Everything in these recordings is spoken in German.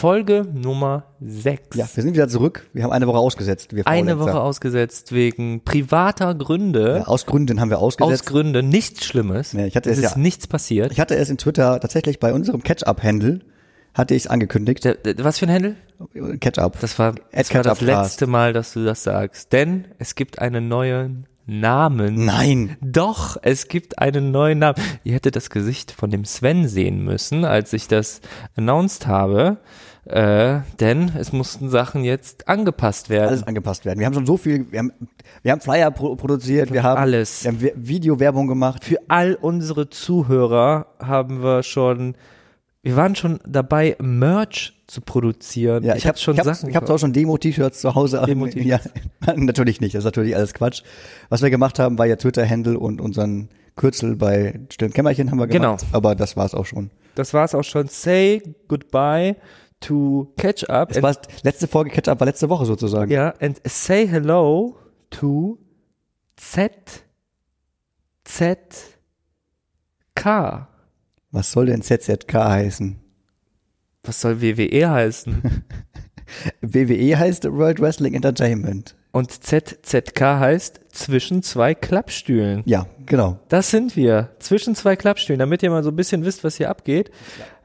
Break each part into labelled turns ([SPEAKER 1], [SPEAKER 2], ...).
[SPEAKER 1] Folge Nummer 6.
[SPEAKER 2] Ja, wir sind wieder zurück. Wir haben eine Woche ausgesetzt. Wir
[SPEAKER 1] Eine
[SPEAKER 2] Vorleser.
[SPEAKER 1] Woche ausgesetzt wegen privater Gründe.
[SPEAKER 2] Ja, aus Gründen haben wir
[SPEAKER 1] aus
[SPEAKER 2] ausgesetzt.
[SPEAKER 1] Gründen nichts Schlimmes.
[SPEAKER 2] Nee, ich hatte
[SPEAKER 1] es
[SPEAKER 2] es
[SPEAKER 1] ist
[SPEAKER 2] ja-
[SPEAKER 1] nichts passiert.
[SPEAKER 2] ich hatte es in Twitter tatsächlich bei unserem Catch-Up-Handle, hatte ich es angekündigt.
[SPEAKER 1] Da- da- was für ein Händel?
[SPEAKER 2] Catch-Up.
[SPEAKER 1] Das war, das,
[SPEAKER 2] Ed
[SPEAKER 1] war das
[SPEAKER 2] Catch-Up Cast.
[SPEAKER 1] letzte Mal, dass du das sagst. Denn es gibt einen neuen Namen.
[SPEAKER 2] Nein.
[SPEAKER 1] Doch, es gibt einen neuen Namen. Ihr hättet das Gesicht von dem Sven sehen müssen, als ich das announced habe. Äh, denn es mussten Sachen jetzt angepasst werden.
[SPEAKER 2] Alles angepasst werden. Wir haben schon so viel, wir haben, wir haben Flyer pro produziert, wir haben,
[SPEAKER 1] Alles.
[SPEAKER 2] wir haben Vi- Videowerbung gemacht.
[SPEAKER 1] Für all unsere Zuhörer haben wir schon, wir waren schon dabei, Merch zu produzieren.
[SPEAKER 2] Ja,
[SPEAKER 1] hab
[SPEAKER 2] hab- ich hab's- Ich habe auch schon Demo-T-Shirts zu Hause.
[SPEAKER 1] Demo-T-Shirts.
[SPEAKER 2] Ja, natürlich nicht. Das ist natürlich alles Quatsch. Was wir gemacht haben, war ja Twitter-Handle und unseren Kürzel bei Stillen Kämmerchen haben wir gemacht.
[SPEAKER 1] Genau.
[SPEAKER 2] Aber das war's auch schon.
[SPEAKER 1] Das war's auch schon. Say goodbye to catch up.
[SPEAKER 2] Das war's, letzte Folge Catch-Up war letzte Woche sozusagen.
[SPEAKER 1] Ja, and say hello to Z Z K.
[SPEAKER 2] Was soll denn ZZK heißen?
[SPEAKER 1] Was soll WWE heißen?
[SPEAKER 2] WWE E heißt World Wrestling Entertainment.
[SPEAKER 1] Und ZZK heißt zwischen zwei Klappstühlen.
[SPEAKER 2] Ja, genau.
[SPEAKER 1] Das sind wir. Zwischen zwei Klappstühlen, damit ihr mal so ein bisschen wisst, was hier abgeht.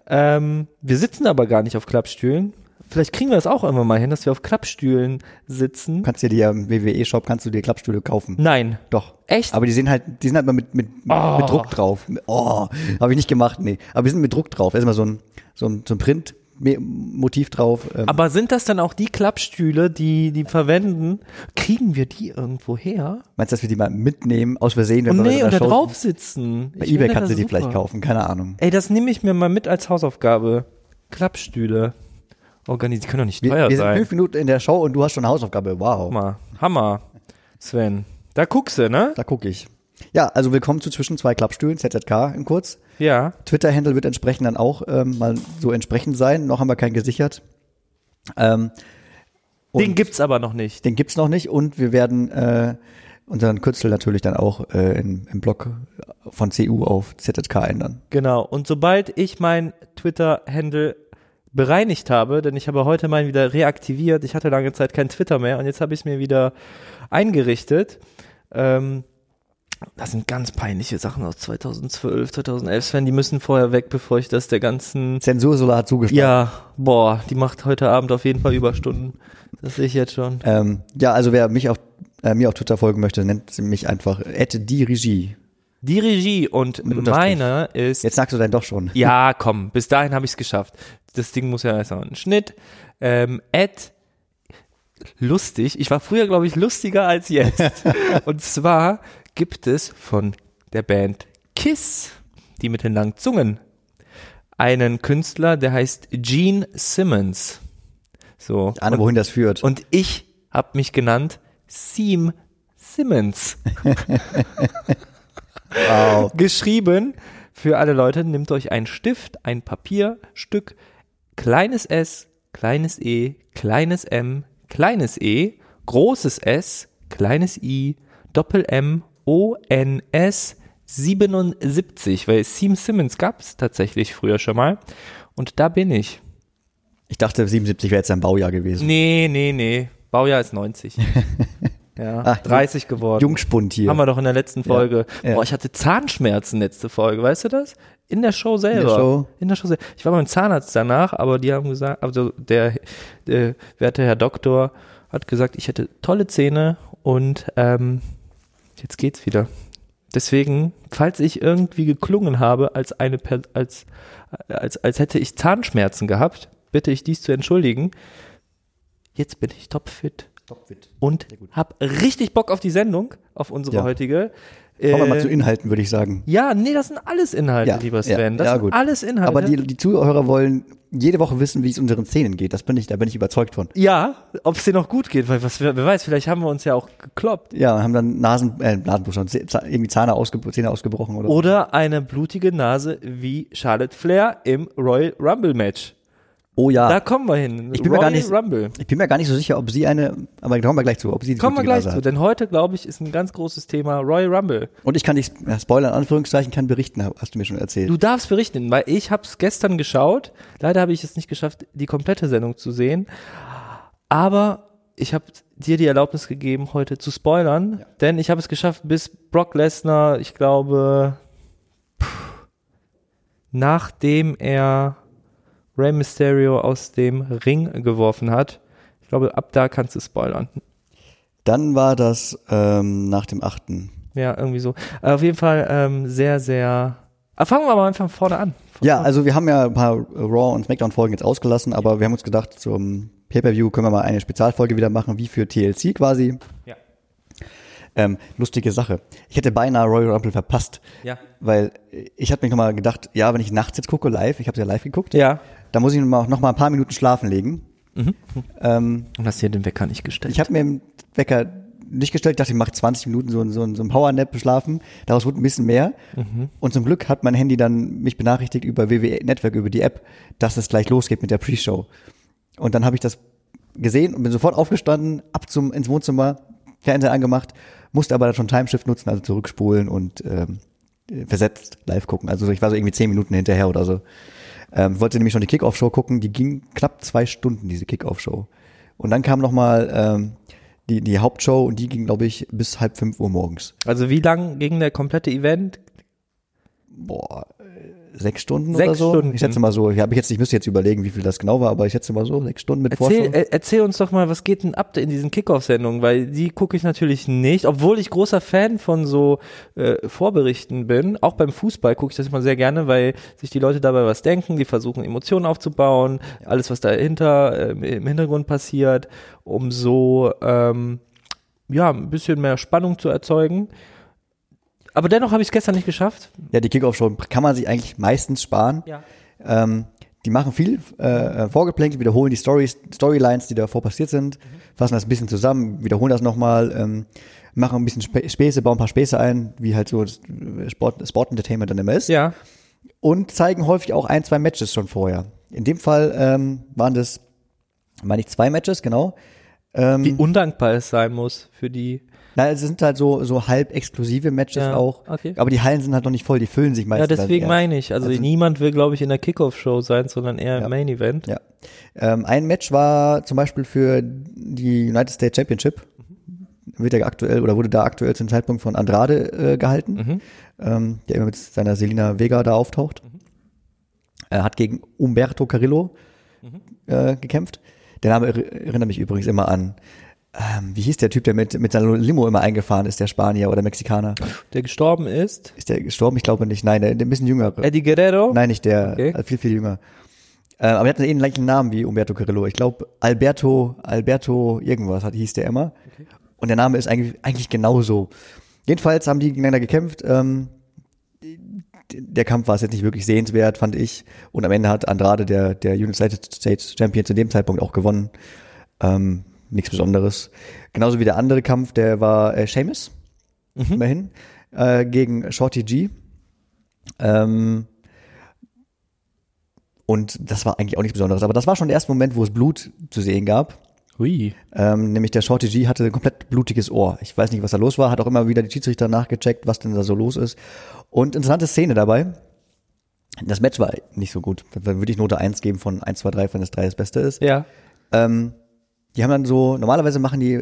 [SPEAKER 1] Ähm, wir sitzen aber gar nicht auf Klappstühlen. Vielleicht kriegen wir das auch irgendwann mal hin, dass wir auf Klappstühlen sitzen.
[SPEAKER 2] Du kannst dir die ähm, im WWE-Shop E kannst du dir Klappstühle kaufen.
[SPEAKER 1] Nein.
[SPEAKER 2] Doch.
[SPEAKER 1] Echt?
[SPEAKER 2] Aber die sind halt, die sind halt mal mit, mit,
[SPEAKER 1] Oh.
[SPEAKER 2] mit Druck drauf. Oh, habe ich nicht gemacht, nee. Aber die sind mit Druck drauf. Erstmal so ein, so ein, so ein Print-Motiv drauf. Ähm,
[SPEAKER 1] Aber sind das dann auch die Klappstühle, die die verwenden? Kriegen wir die irgendwo her?
[SPEAKER 2] meinst du, dass wir die mal mitnehmen, aus Versehen,
[SPEAKER 1] Und
[SPEAKER 2] wir bei
[SPEAKER 1] Oh nee,
[SPEAKER 2] einer
[SPEAKER 1] und da
[SPEAKER 2] Show
[SPEAKER 1] drauf
[SPEAKER 2] sind?
[SPEAKER 1] sitzen.
[SPEAKER 2] Bei
[SPEAKER 1] Ich
[SPEAKER 2] Ebay
[SPEAKER 1] finde
[SPEAKER 2] kannst du
[SPEAKER 1] das
[SPEAKER 2] die
[SPEAKER 1] super.
[SPEAKER 2] vielleicht kaufen, keine Ahnung.
[SPEAKER 1] Ey, das nehme ich mir mal mit als Hausaufgabe. Klappstühle. Organisiert, die können doch nicht
[SPEAKER 2] Wir,
[SPEAKER 1] teuer
[SPEAKER 2] wir sind
[SPEAKER 1] sein.
[SPEAKER 2] fünf Minuten in der Show und du hast schon eine Hausaufgabe. Wow.
[SPEAKER 1] Hammer. Hammer. Sven. Da guckst du, ne?
[SPEAKER 2] Da gucke ich. Ja, also willkommen zu Zwischen zwei Klappstühlen, ZZK in kurz.
[SPEAKER 1] Ja.
[SPEAKER 2] Twitter-Handle wird entsprechend dann auch ähm, mal so entsprechend sein. Noch haben wir keinen gesichert. Ähm, und-
[SPEAKER 1] Den gibt's aber noch nicht.
[SPEAKER 2] Den gibt's noch nicht und wir werden äh, unseren Kürzel natürlich dann auch äh, in, im Blog von CU auf ZZK ändern.
[SPEAKER 1] Genau. Und sobald ich mein Twitter-Handle bereinigt habe, denn ich habe heute meinen wieder reaktiviert, ich hatte lange Zeit kein Twitter mehr und jetzt habe ich es mir wieder eingerichtet. Ähm, das sind ganz peinliche Sachen aus 2012, 2011, Sven, die müssen vorher weg, bevor ich das der ganzen...
[SPEAKER 2] Zensursolar hat zugesprochen.
[SPEAKER 1] Ja, boah, die macht heute Abend auf jeden Fall Überstunden. Das sehe ich jetzt schon.
[SPEAKER 2] Ähm, ja, also wer mich auf äh, mir auf Twitter folgen möchte, nennt mich einfach at die Regie.
[SPEAKER 1] Die Regie und
[SPEAKER 2] Unterstrich.
[SPEAKER 1] meine ist
[SPEAKER 2] Jetzt sagst du dann doch schon.
[SPEAKER 1] Ja, komm, bis dahin habe ich es geschafft. Das Ding muss ja erst noch einen Schnitt. Ähm, at lustig. Ich war früher, glaube ich, lustiger als jetzt. Und zwar gibt es von der Band Kiss, die mit den langen Zungen, einen Künstler, der heißt Gene Simmons. So.
[SPEAKER 2] Ich ahne, wohin das führt.
[SPEAKER 1] Und ich habe mich genannt Seam Simmons.
[SPEAKER 2] wow.
[SPEAKER 1] geschrieben. Für alle Leute, nehmt euch einen Stift, ein Papierstück, kleines S, kleines E, kleines M, kleines E, großes S, kleines I, Doppel M, O, N, S, 77, weil Seam Simmons gab es tatsächlich früher schon mal. Und da bin ich.
[SPEAKER 2] Ich dachte, 77 wäre jetzt ein Baujahr gewesen.
[SPEAKER 1] Nee, nee, nee. Baujahr ist 90. ja,
[SPEAKER 2] Ach,
[SPEAKER 1] 30 geworden.
[SPEAKER 2] Jungspund hier.
[SPEAKER 1] Haben wir doch in der letzten Folge.
[SPEAKER 2] ja.
[SPEAKER 1] Boah, ich hatte Zahnschmerzen letzte Folge, weißt du das? In der Show selber.
[SPEAKER 2] Show?
[SPEAKER 1] In der Show selber. Ich war beim Zahnarzt danach, aber die haben gesagt, also der, der werte Herr Doktor hat gesagt, ich hätte tolle Zähne und ähm, jetzt geht's wieder. Deswegen, falls ich irgendwie geklungen habe, als eine per als, als, als hätte ich Zahnschmerzen gehabt, bitte ich dies zu entschuldigen. Jetzt bin ich topfit
[SPEAKER 2] Topfit.
[SPEAKER 1] und hab richtig Bock auf die Sendung, auf unsere
[SPEAKER 2] Ja.
[SPEAKER 1] heutige.
[SPEAKER 2] Kommen wir mal
[SPEAKER 1] Äh,
[SPEAKER 2] zu Inhalten, würde ich sagen.
[SPEAKER 1] ja, nee, das sind alles Inhalte,
[SPEAKER 2] Ja,
[SPEAKER 1] lieber
[SPEAKER 2] ja,
[SPEAKER 1] Sven. Das
[SPEAKER 2] ja,
[SPEAKER 1] sind
[SPEAKER 2] gut.
[SPEAKER 1] alles Inhalte.
[SPEAKER 2] Aber die, die Zuhörer wollen jede Woche wissen, wie es unseren Szenen geht. Das bin ich, da bin ich überzeugt von.
[SPEAKER 1] ja, ob es dir noch gut geht, weil was, wer wer weiß, vielleicht haben wir uns ja auch gekloppt.
[SPEAKER 2] Ja, haben dann Nasen, äh, Nasenbuchstaben, Zäh- Zah- irgendwie Zähne, ausgebro Zähne ausgebrochen oder,
[SPEAKER 1] Oder eine blutige Nase wie Charlotte Flair im Royal Rumble Match.
[SPEAKER 2] Oh ja.
[SPEAKER 1] Da kommen wir hin.
[SPEAKER 2] Ich bin mir gar
[SPEAKER 1] Royal
[SPEAKER 2] nicht-
[SPEAKER 1] Rumble.
[SPEAKER 2] ich bin mir gar nicht so sicher, ob sie eine, aber da kommen wir gleich zu, ob sie die
[SPEAKER 1] Kommen wir
[SPEAKER 2] gute
[SPEAKER 1] gleich
[SPEAKER 2] Nase
[SPEAKER 1] zu,
[SPEAKER 2] hat.
[SPEAKER 1] denn heute, glaube ich, ist ein ganz großes Thema Royal Rumble.
[SPEAKER 2] Und ich kann dich, ja, Spoiler in Anführungszeichen, kann berichten, hab- hast du mir schon erzählt.
[SPEAKER 1] Du darfst berichten, weil ich habe es gestern geschaut. Leider habe ich es nicht geschafft, die komplette Sendung zu sehen. Aber ich habe dir die Erlaubnis gegeben, heute zu spoilern, denn ich habe es geschafft, bis Brock Lesnar, ich glaube, pff, nachdem er Rey Mysterio aus dem Ring geworfen hat. Ich glaube, ab da kannst du spoilern.
[SPEAKER 2] Dann war das ähm, nach dem 8.
[SPEAKER 1] Ja, irgendwie so. Auf jeden Fall ähm, sehr, sehr. Ah, fangen wir mal einfach vorne an.
[SPEAKER 2] Ja, also wir haben ja ein paar Raw- und Smackdown-Folgen jetzt ausgelassen, aber wir haben uns gedacht, zum Pay-Per-View können wir mal eine Spezialfolge wieder machen, wie für TLC quasi.
[SPEAKER 1] Ja.
[SPEAKER 2] Ähm, lustige Sache. Ich hätte beinahe Royal Rumble verpasst,
[SPEAKER 1] Ja.
[SPEAKER 2] weil ich hatte mich nochmal gedacht, ja, wenn ich nachts jetzt gucke, live, ich habe ja live geguckt,
[SPEAKER 1] Ja. Mhm.
[SPEAKER 2] da muss ich mir auch nochmal ein paar Minuten schlafen legen. Ähm,
[SPEAKER 1] Und hast dir den Wecker nicht gestellt.
[SPEAKER 2] ich habe mir den Wecker nicht gestellt, dachte, ich mache 20 Minuten so, ein- so, ein- so ein Powernap schlafen. Daraus wurde ein bisschen mehr. Und zum Glück hat mein Handy dann mich benachrichtigt über WWE Network, über die App, dass es gleich losgeht mit der Pre-Show. Und dann habe ich das gesehen und bin sofort aufgestanden, ab zum ins Wohnzimmer, Fernseher angemacht, musste aber dann schon Timeshift nutzen, also zurückspulen und ähm, versetzt live gucken. Also ich war so irgendwie 10 Minuten hinterher oder so. Ähm, wollte nämlich schon die Kickoff-Show gucken, die ging knapp zwei Stunden, diese Kickoff-Show. Und dann kam nochmal ähm, die, die Hauptshow und die ging, glaube ich, bis halb fünf Uhr morgens.
[SPEAKER 1] Also wie lang ging der komplette Event?
[SPEAKER 2] Boah, äh, sechs Stunden
[SPEAKER 1] Sechs
[SPEAKER 2] oder so?
[SPEAKER 1] Stunden.
[SPEAKER 2] Ich schätze mal so, ich, hab ich jetzt, ich müsste jetzt überlegen, wie viel das genau war, aber ich schätze mal so, sechs Stunden mit
[SPEAKER 1] Erzähl,
[SPEAKER 2] Vorschau.
[SPEAKER 1] er, erzähl uns doch mal, was geht denn ab in diesen Kickoff-Sendungen, weil die gucke ich natürlich nicht, obwohl ich großer Fan von so äh, Vorberichten bin. Auch beim Fußball gucke ich das immer sehr gerne, weil sich die Leute dabei was denken, die versuchen Emotionen aufzubauen, alles was dahinter ähm, im Hintergrund passiert, um so ähm, ja ein bisschen mehr Spannung zu erzeugen. Aber dennoch habe ich es gestern nicht geschafft.
[SPEAKER 2] Ja, die Kickoff-Show kann man sich eigentlich meistens sparen.
[SPEAKER 1] Ja.
[SPEAKER 2] Ähm, die machen viel äh, äh, Vorgeplänkel, wiederholen die Stories, Storylines, die davor passiert sind, fassen das ein bisschen zusammen, wiederholen das nochmal, ähm, machen ein bisschen Spä Späße, bauen ein paar Späße ein, wie halt so das, äh, Sport, Sport-Entertainment dann immer ist.
[SPEAKER 1] Ja.
[SPEAKER 2] Und zeigen häufig auch ein, zwei Matches schon vorher. In dem Fall ähm, waren das, meine ich, zwei Matches, genau. Ähm,
[SPEAKER 1] Wie undankbar es sein muss für die
[SPEAKER 2] Nein, es sind halt so, so halb exklusive Matches
[SPEAKER 1] Ja,
[SPEAKER 2] auch.
[SPEAKER 1] okay.
[SPEAKER 2] Aber die Hallen sind halt noch nicht voll, die füllen sich
[SPEAKER 1] Ja,
[SPEAKER 2] meistens.
[SPEAKER 1] deswegen
[SPEAKER 2] dann eher.
[SPEAKER 1] meine ich. Also,
[SPEAKER 2] Also-
[SPEAKER 1] niemand will, glaube ich, in der Kickoff-Show sein, sondern eher
[SPEAKER 2] Ja.
[SPEAKER 1] im Main Event.
[SPEAKER 2] Ja. Ähm, ein Match war zum Beispiel für die United States Championship. Wird ja aktuell oder wurde da aktuell zum Zeitpunkt von Andrade äh, gehalten, ähm, der immer mit seiner Selina Vega da auftaucht. Er hat gegen Umberto Carrillo äh, gekämpft. Der Name er- erinnert mich übrigens immer an. Ähm, wie hieß der Typ, der mit, mit seiner Limo immer eingefahren ist, der Spanier oder Mexikaner?
[SPEAKER 1] Der gestorben ist.
[SPEAKER 2] Ist der gestorben? Ich glaube nicht. Nein, der, der ein bisschen jüngere.
[SPEAKER 1] Eddie Guerrero.
[SPEAKER 2] Nein, nicht der.
[SPEAKER 1] Okay.
[SPEAKER 2] Also Viel, viel jünger. Äh, aber er hat einen ähnlichen Namen wie Umberto Carrillo. Ich glaube, Alberto, Alberto irgendwas hat, hieß der immer. Und der Name ist eigentlich, eigentlich genauso. Jedenfalls haben die gegeneinander gekämpft. Ähm, der Kampf war es jetzt nicht wirklich sehenswert, fand ich. Und am Ende hat Andrade, der, der United States Champion, zu dem Zeitpunkt auch gewonnen. Ähm, nichts Besonderes. Genauso wie der andere Kampf, der war äh, Seamus,
[SPEAKER 1] Mhm.
[SPEAKER 2] immerhin, äh, gegen Shorty G. Ähm, und das war eigentlich auch nichts Besonderes. Aber das war schon der erste Moment, wo es Blut zu sehen gab.
[SPEAKER 1] Hui.
[SPEAKER 2] Ähm, nämlich der Shorty G hatte ein komplett blutiges Ohr. Ich weiß nicht, was da los war. Hat auch immer wieder die Schiedsrichter nachgecheckt, was denn da so los ist. Und interessante Szene dabei. Das Match war nicht so gut. Da würde ich Note 1 geben von 1, 2, 3, wenn das 3 das Beste ist.
[SPEAKER 1] Ja.
[SPEAKER 2] Ähm, die haben dann so, normalerweise machen die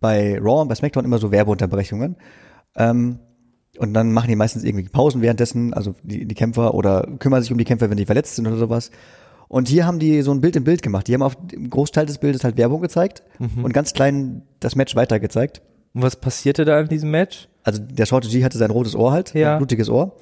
[SPEAKER 2] bei Raw und bei SmackDown immer so Werbeunterbrechungen. Ähm, und dann machen die meistens irgendwie Pausen währenddessen, also die, die Kämpfer oder kümmern sich um die Kämpfer, wenn die verletzt sind oder sowas. Und hier haben die so ein Bild im Bild gemacht. Die haben auf dem Großteil des Bildes halt Werbung gezeigt und ganz klein das Match weiter gezeigt.
[SPEAKER 1] Und was passierte da in diesem Match?
[SPEAKER 2] Also der Shorty G hatte sein rotes Ohr halt,
[SPEAKER 1] Ja.
[SPEAKER 2] ein blutiges Ohr.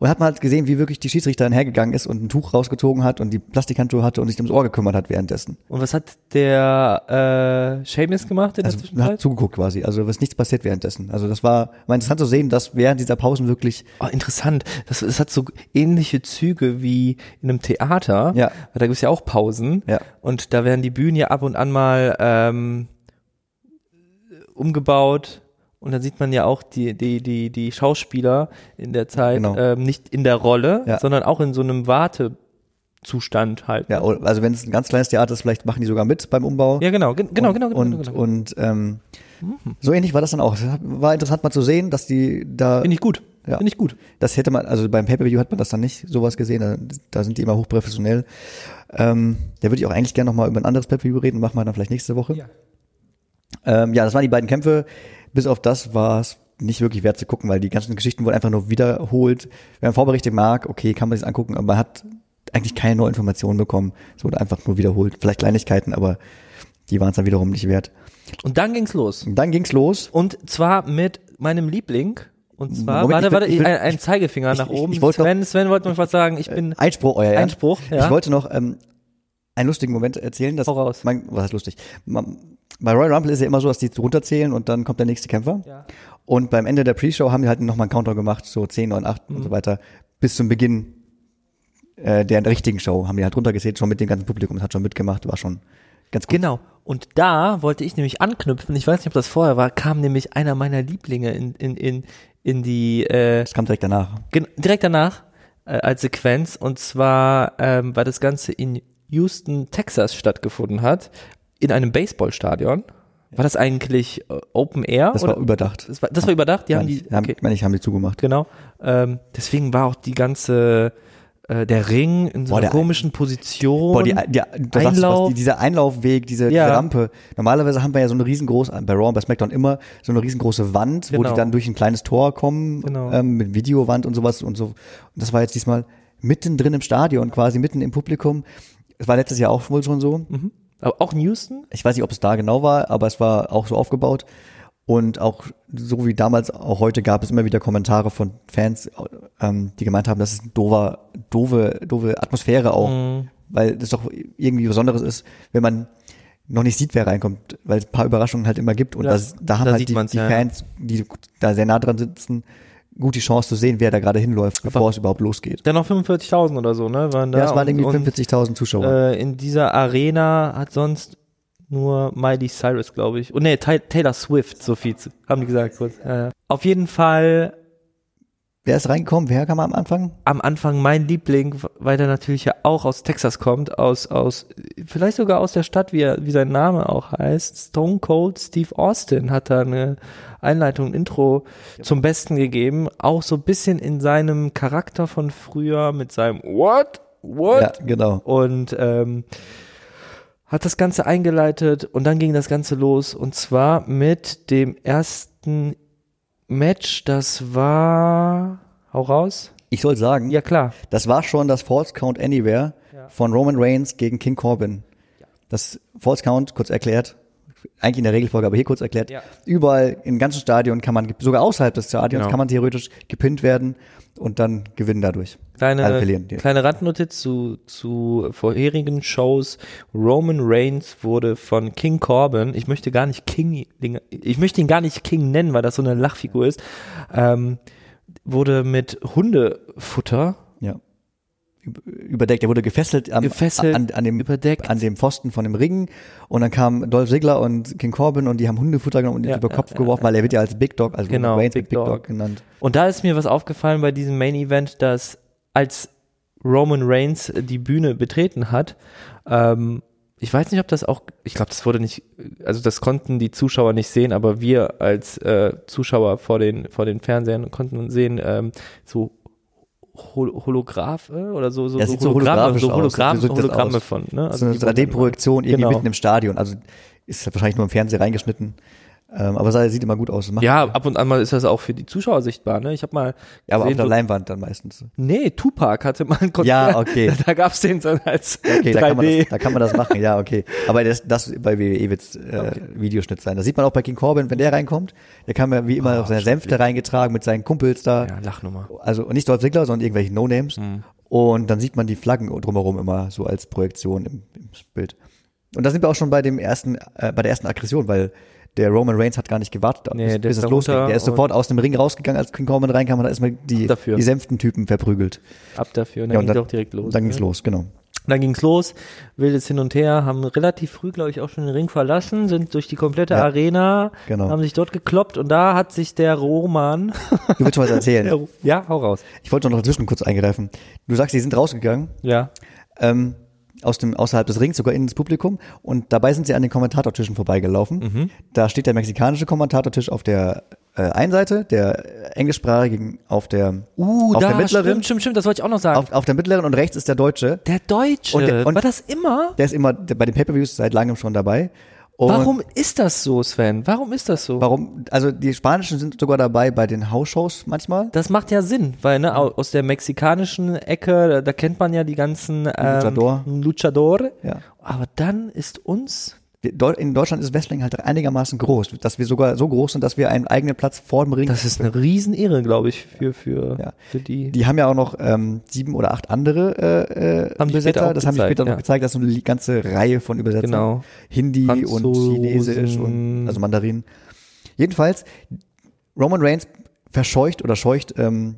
[SPEAKER 2] Und hat man halt gesehen, wie wirklich die Schiedsrichterin hergegangen ist und ein Tuch rausgezogen hat und die Plastikhandschuhe hatte und sich ums Ohr gekümmert hat währenddessen.
[SPEAKER 1] Und was hat der äh, Seamus gemacht in der
[SPEAKER 2] Also man hat
[SPEAKER 1] Zwischenzeit?
[SPEAKER 2] zugeguckt quasi. Also was nichts passiert währenddessen. Also das war, war interessant zu sehen, dass während dieser Pausen wirklich
[SPEAKER 1] Oh, interessant. Das, das hat so ähnliche Züge wie in einem Theater.
[SPEAKER 2] Ja.
[SPEAKER 1] Weil da gibt es ja auch Pausen.
[SPEAKER 2] Ja.
[SPEAKER 1] Und da werden die Bühnen ja ab und an mal ähm, umgebaut. Und dann sieht man ja auch die, die, die, die Schauspieler in der Zeit
[SPEAKER 2] Genau.
[SPEAKER 1] ähm, nicht in der Rolle,
[SPEAKER 2] Ja.
[SPEAKER 1] sondern auch in so einem Warte, Zustand halt.
[SPEAKER 2] Ja, oder- also wenn es ein ganz kleines Theater ist, vielleicht machen die sogar mit beim Umbau.
[SPEAKER 1] Ja, genau, gen- genau, genau, genau.
[SPEAKER 2] Und,
[SPEAKER 1] genau, genau. Mhm.
[SPEAKER 2] und ähm, so ähnlich war das dann auch. Es War interessant mal zu sehen, dass die da,
[SPEAKER 1] Finde ich gut.
[SPEAKER 2] Ja.
[SPEAKER 1] Finde ich gut.
[SPEAKER 2] das hätte man, also beim Pay-Per-View hat man das dann nicht sowas gesehen, da, da sind die immer hochprofessionell. Ähm, da würde ich auch eigentlich gerne nochmal über ein anderes Pay-Per-View reden, machen wir dann vielleicht nächste Woche.
[SPEAKER 1] Ja.
[SPEAKER 2] Ähm, ja, das waren die beiden Kämpfe. Bis auf das war es nicht wirklich wert zu gucken, weil die ganzen Geschichten wurden einfach nur wiederholt. Wenn man Vorberichte mag, okay, kann man sich angucken, aber man hat eigentlich keine neue Informationen bekommen. Es wurde einfach nur wiederholt. Vielleicht Kleinigkeiten, aber die waren es dann wiederum nicht wert.
[SPEAKER 1] Und dann ging's los.
[SPEAKER 2] Und dann ging's los.
[SPEAKER 1] Und zwar mit meinem Liebling. Und zwar,
[SPEAKER 2] Moment,
[SPEAKER 1] warte,
[SPEAKER 2] ich will-
[SPEAKER 1] warte,
[SPEAKER 2] ich will-
[SPEAKER 1] ein, ein Zeigefinger
[SPEAKER 2] ich-
[SPEAKER 1] nach
[SPEAKER 2] ich-
[SPEAKER 1] oben.
[SPEAKER 2] ich wollte noch-
[SPEAKER 1] Sven, Sven wollte noch was sagen. Ich bin
[SPEAKER 2] Einspruch, euer Ehren.
[SPEAKER 1] Einspruch, ja.
[SPEAKER 2] Ich wollte noch ähm, einen lustigen Moment erzählen. Dass
[SPEAKER 1] Hau raus.
[SPEAKER 2] Man, was heißt lustig? Man, bei Royal Rumble ist ja immer so, dass die runterzählen und dann kommt der nächste Kämpfer.
[SPEAKER 1] Ja.
[SPEAKER 2] Und beim Ende der Pre-Show haben die halt nochmal einen Countdown gemacht, so 10, 9, 8
[SPEAKER 1] Mhm.
[SPEAKER 2] und so weiter, bis zum Beginn äh, der richtigen Show. Haben die halt runtergezählt, schon mit dem ganzen Publikum. Das hat schon mitgemacht, war schon ganz gut.
[SPEAKER 1] Genau. Und da wollte ich nämlich anknüpfen. Ich weiß nicht, ob das vorher war. Kam nämlich einer meiner Lieblinge in, in, in, in die, äh,
[SPEAKER 2] Das kam direkt danach.
[SPEAKER 1] gen- direkt danach äh, als Sequenz. Und zwar, ähm, weil das Ganze in Houston, Texas stattgefunden hat, in einem Baseballstadion. War das eigentlich äh, Open Air?
[SPEAKER 2] Das
[SPEAKER 1] oder?
[SPEAKER 2] war überdacht.
[SPEAKER 1] das, war, das war überdacht. Die haben
[SPEAKER 2] Meine
[SPEAKER 1] die,
[SPEAKER 2] ich, haben,
[SPEAKER 1] okay,
[SPEAKER 2] meine ich, haben die zugemacht.
[SPEAKER 1] genau. Ähm, deswegen war auch die ganze, äh, der Ring in so
[SPEAKER 2] Boah,
[SPEAKER 1] einer
[SPEAKER 2] der-
[SPEAKER 1] komischen Position.
[SPEAKER 2] Boah, die, die, du sagst was,
[SPEAKER 1] Einlauf.
[SPEAKER 2] die, dieser Einlaufweg, diese,
[SPEAKER 1] Ja.
[SPEAKER 2] diese Rampe. Normalerweise haben wir ja so eine riesengroße, bei Raw und bei SmackDown immer so eine riesengroße Wand, wo
[SPEAKER 1] Genau.
[SPEAKER 2] die dann durch ein kleines Tor kommen,
[SPEAKER 1] Genau.
[SPEAKER 2] ähm, mit Videowand und sowas und so. Und das war jetzt diesmal mittendrin im Stadion, quasi mitten im Publikum. Es war letztes Jahr auch wohl schon so.
[SPEAKER 1] Mhm. Aber auch in Houston?
[SPEAKER 2] Ich weiß nicht, ob es da genau war, aber es war auch so aufgebaut. Und auch so wie damals, auch heute gab es immer wieder Kommentare von Fans, ähm, die gemeint haben, das ist ein doofer, doofe, doofe Atmosphäre auch.
[SPEAKER 1] Mhm.
[SPEAKER 2] Weil das doch irgendwie Besonderes ist, wenn man noch nicht sieht, wer reinkommt, weil es ein paar Überraschungen halt immer gibt. Und
[SPEAKER 1] Ja,
[SPEAKER 2] das, da haben
[SPEAKER 1] da
[SPEAKER 2] halt
[SPEAKER 1] sieht
[SPEAKER 2] die,
[SPEAKER 1] man's,
[SPEAKER 2] die
[SPEAKER 1] ja.
[SPEAKER 2] Fans, die da sehr nah dran sitzen, gut die Chance zu sehen, wer da gerade hinläuft, bevor es überhaupt losgeht.
[SPEAKER 1] Dann noch 45.000 oder so, ne? Waren da
[SPEAKER 2] Ja, es waren
[SPEAKER 1] und,
[SPEAKER 2] irgendwie
[SPEAKER 1] und,
[SPEAKER 2] 45.000 Zuschauer.
[SPEAKER 1] äh, in dieser Arena hat sonst nur Miley Cyrus, glaube ich. Und nee, Ty- Taylor Swift, so viel zu, haben die gesagt kurz. Ja, ja. Auf jeden Fall
[SPEAKER 2] wer ist reingekommen? Wer kam am Anfang?
[SPEAKER 1] am Anfang mein Liebling, weil der natürlich ja auch aus Texas kommt, aus, aus, vielleicht sogar aus der Stadt, wie er, wie sein Name auch heißt. Stone Cold Steve Austin hat da eine Einleitung, ein Intro zum Besten gegeben. Auch so ein bisschen in seinem Charakter von früher mit seinem What? What?
[SPEAKER 2] Ja, genau.
[SPEAKER 1] und ähm, hat das Ganze eingeleitet und dann ging das Ganze los und zwar mit dem ersten Match, das war, hau raus,
[SPEAKER 2] Ich soll sagen,
[SPEAKER 1] ja klar,
[SPEAKER 2] Das war schon das False Count Anywhere
[SPEAKER 1] Ja.
[SPEAKER 2] von Roman Reigns gegen King Corbin. Das False Count, kurz erklärt, eigentlich in der Regelfolge, aber hier kurz erklärt,
[SPEAKER 1] Ja.
[SPEAKER 2] überall im ganzen Stadion kann man, sogar außerhalb des Stadions,
[SPEAKER 1] Genau.
[SPEAKER 2] kann man theoretisch gepinnt werden und dann gewinnen dadurch.
[SPEAKER 1] kleine,
[SPEAKER 2] also verlieren. Ja.
[SPEAKER 1] kleine Randnotiz zu, zu vorherigen Shows, Roman Reigns wurde von King Corbin, ich möchte gar nicht King, ich möchte ihn gar nicht King nennen, weil das so eine Lachfigur ist, ähm, wurde mit Hundefutter
[SPEAKER 2] Ja. Üb- Überdeckt, er wurde gefesselt, am,
[SPEAKER 1] Genau. Gefesselt,
[SPEAKER 2] an, an, dem,
[SPEAKER 1] überdeckt.
[SPEAKER 2] an dem Pfosten von dem Ring und dann kamen Dolph Ziggler und King Corbin und die haben Hundefutter genommen und die
[SPEAKER 1] Ja,
[SPEAKER 2] über
[SPEAKER 1] ja,
[SPEAKER 2] Kopf
[SPEAKER 1] ja,
[SPEAKER 2] geworfen, weil er wird ja als Big Dog, also
[SPEAKER 1] Genau,
[SPEAKER 2] Roman Reigns
[SPEAKER 1] Big
[SPEAKER 2] wird Big Dog
[SPEAKER 1] Dog.
[SPEAKER 2] genannt.
[SPEAKER 1] Und da ist mir was aufgefallen bei diesem Main Event, dass als Roman Reigns die Bühne betreten hat, ähm, ich weiß nicht, ob das auch, ich glaube, das wurde nicht, also das konnten die Zuschauer nicht sehen, aber wir als äh, Zuschauer vor den, vor den Fernsehern konnten sehen, ähm, so Hol Holograph äh, oder so, so,
[SPEAKER 2] Ja,
[SPEAKER 1] so
[SPEAKER 2] sieht so holographisch
[SPEAKER 1] so
[SPEAKER 2] aus.
[SPEAKER 1] Hologramm,
[SPEAKER 2] So sieht das
[SPEAKER 1] Hologramme
[SPEAKER 2] aus.
[SPEAKER 1] von, ne?
[SPEAKER 2] so eine
[SPEAKER 1] die wurden dann-
[SPEAKER 2] 3D-Projektion irgendwie
[SPEAKER 1] Genau.
[SPEAKER 2] mitten im Stadion. Also ist halt wahrscheinlich nur im Fernsehen reingeschnitten. Ähm, aber sah, sieht immer gut aus. Macht,
[SPEAKER 1] Ja, ab und an mal ist das auch für die Zuschauer sichtbar, ne? Ich habe mal
[SPEAKER 2] ja, aber auf
[SPEAKER 1] gesehen,
[SPEAKER 2] der
[SPEAKER 1] so
[SPEAKER 2] Leinwand dann meistens.
[SPEAKER 1] Nee, Tupac hatte mal ein Konzert.
[SPEAKER 2] Ja, okay.
[SPEAKER 1] Da gab's den so als
[SPEAKER 2] Okay,
[SPEAKER 1] 3D.
[SPEAKER 2] da kann, man das, da kann man das machen, ja, okay. Aber das, das bei WWE wird's äh,
[SPEAKER 1] Okay.
[SPEAKER 2] Videoschnitt sein. Das sieht man auch bei King Corbin, wenn der reinkommt. Der kam ja wie immer auf seine Sänfte reingetragen mit seinen Kumpels da.
[SPEAKER 1] Ah, ja, Lachnummer.
[SPEAKER 2] Also und nicht Dolph Ziggler, sondern irgendwelche No-Names.
[SPEAKER 1] Mhm.
[SPEAKER 2] Und dann sieht man die Flaggen drumherum immer so als Projektion im, im Bild. Und da sind wir auch schon bei dem ersten, äh, bei der ersten Aggression, weil der Roman Reigns hat gar nicht gewartet,
[SPEAKER 1] Nee,
[SPEAKER 2] bis,
[SPEAKER 1] der
[SPEAKER 2] bis
[SPEAKER 1] ist
[SPEAKER 2] es
[SPEAKER 1] da
[SPEAKER 2] losging.
[SPEAKER 1] runter
[SPEAKER 2] Der ist
[SPEAKER 1] und-
[SPEAKER 2] sofort aus dem Ring rausgegangen, als King Corbin reinkam und da ist mal die,
[SPEAKER 1] Dafür.
[SPEAKER 2] die Sänften-Typen verprügelt.
[SPEAKER 1] Ab dafür. Und dann
[SPEAKER 2] Ja,
[SPEAKER 1] ging's auch direkt los.
[SPEAKER 2] Dann
[SPEAKER 1] ne?
[SPEAKER 2] ging's los, genau.
[SPEAKER 1] Dann ging's los, wildes hin und her, haben relativ früh, glaube ich, auch schon den Ring verlassen, sind durch die komplette
[SPEAKER 2] Ja,
[SPEAKER 1] Arena,
[SPEAKER 2] genau.
[SPEAKER 1] haben sich dort gekloppt und da hat sich der Roman.
[SPEAKER 2] Du willst schon
[SPEAKER 1] Der
[SPEAKER 2] was erzählen.
[SPEAKER 1] Ro- ja, hau raus.
[SPEAKER 2] Ich wollte noch dazwischen kurz eingreifen. Du sagst, die sind rausgegangen.
[SPEAKER 1] Ja.
[SPEAKER 2] ähm, aus dem, außerhalb des Rings, sogar ins Publikum. Und dabei sind sie an den Kommentatortischen vorbeigelaufen.
[SPEAKER 1] Mhm.
[SPEAKER 2] Da steht der mexikanische Kommentatortisch auf der äh, einen Seite, der englischsprachigen auf der,
[SPEAKER 1] Uh,
[SPEAKER 2] auf
[SPEAKER 1] da,
[SPEAKER 2] der mittleren.
[SPEAKER 1] stimmt, stimmt, stimmt, das wollte ich auch noch sagen.
[SPEAKER 2] Auf, auf der mittleren und rechts ist der Deutsche.
[SPEAKER 1] der Deutsche,
[SPEAKER 2] Und der- und-
[SPEAKER 1] war das immer?
[SPEAKER 2] Der ist immer der- bei den Pay-Per-Views seit langem schon dabei. Und
[SPEAKER 1] Warum ist das so, Sven? Warum ist das so?
[SPEAKER 2] Warum? Also die Spanischen sind sogar dabei bei den House-Shows manchmal.
[SPEAKER 1] Das macht ja Sinn, weil ne, au- aus der mexikanischen Ecke, da, da kennt man ja die ganzen ähm,
[SPEAKER 2] Luchador.
[SPEAKER 1] Luchador.
[SPEAKER 2] Ja.
[SPEAKER 1] Aber dann ist uns
[SPEAKER 2] Wir- Deu- In Deutschland ist Wrestling halt einigermaßen groß, dass wir sogar so groß sind, dass wir einen eigenen Platz vor dem Ring.
[SPEAKER 1] Das ist eine Riesenehre, glaube ich, für, für,
[SPEAKER 2] Ja.
[SPEAKER 1] für die.
[SPEAKER 2] die haben ja auch noch ähm, sieben oder acht andere äh,
[SPEAKER 1] Haben die später
[SPEAKER 2] Übersetzer.
[SPEAKER 1] auch
[SPEAKER 2] Das haben die
[SPEAKER 1] gezeigt,
[SPEAKER 2] später noch
[SPEAKER 1] ja.
[SPEAKER 2] gezeigt. Das ist so eine li- ganze Reihe von Übersetzern.
[SPEAKER 1] Genau.
[SPEAKER 2] Hindi und
[SPEAKER 1] Franzosen.
[SPEAKER 2] Chinesisch und also Mandarin. Jedenfalls, Roman Reigns verscheucht oder scheucht, ähm,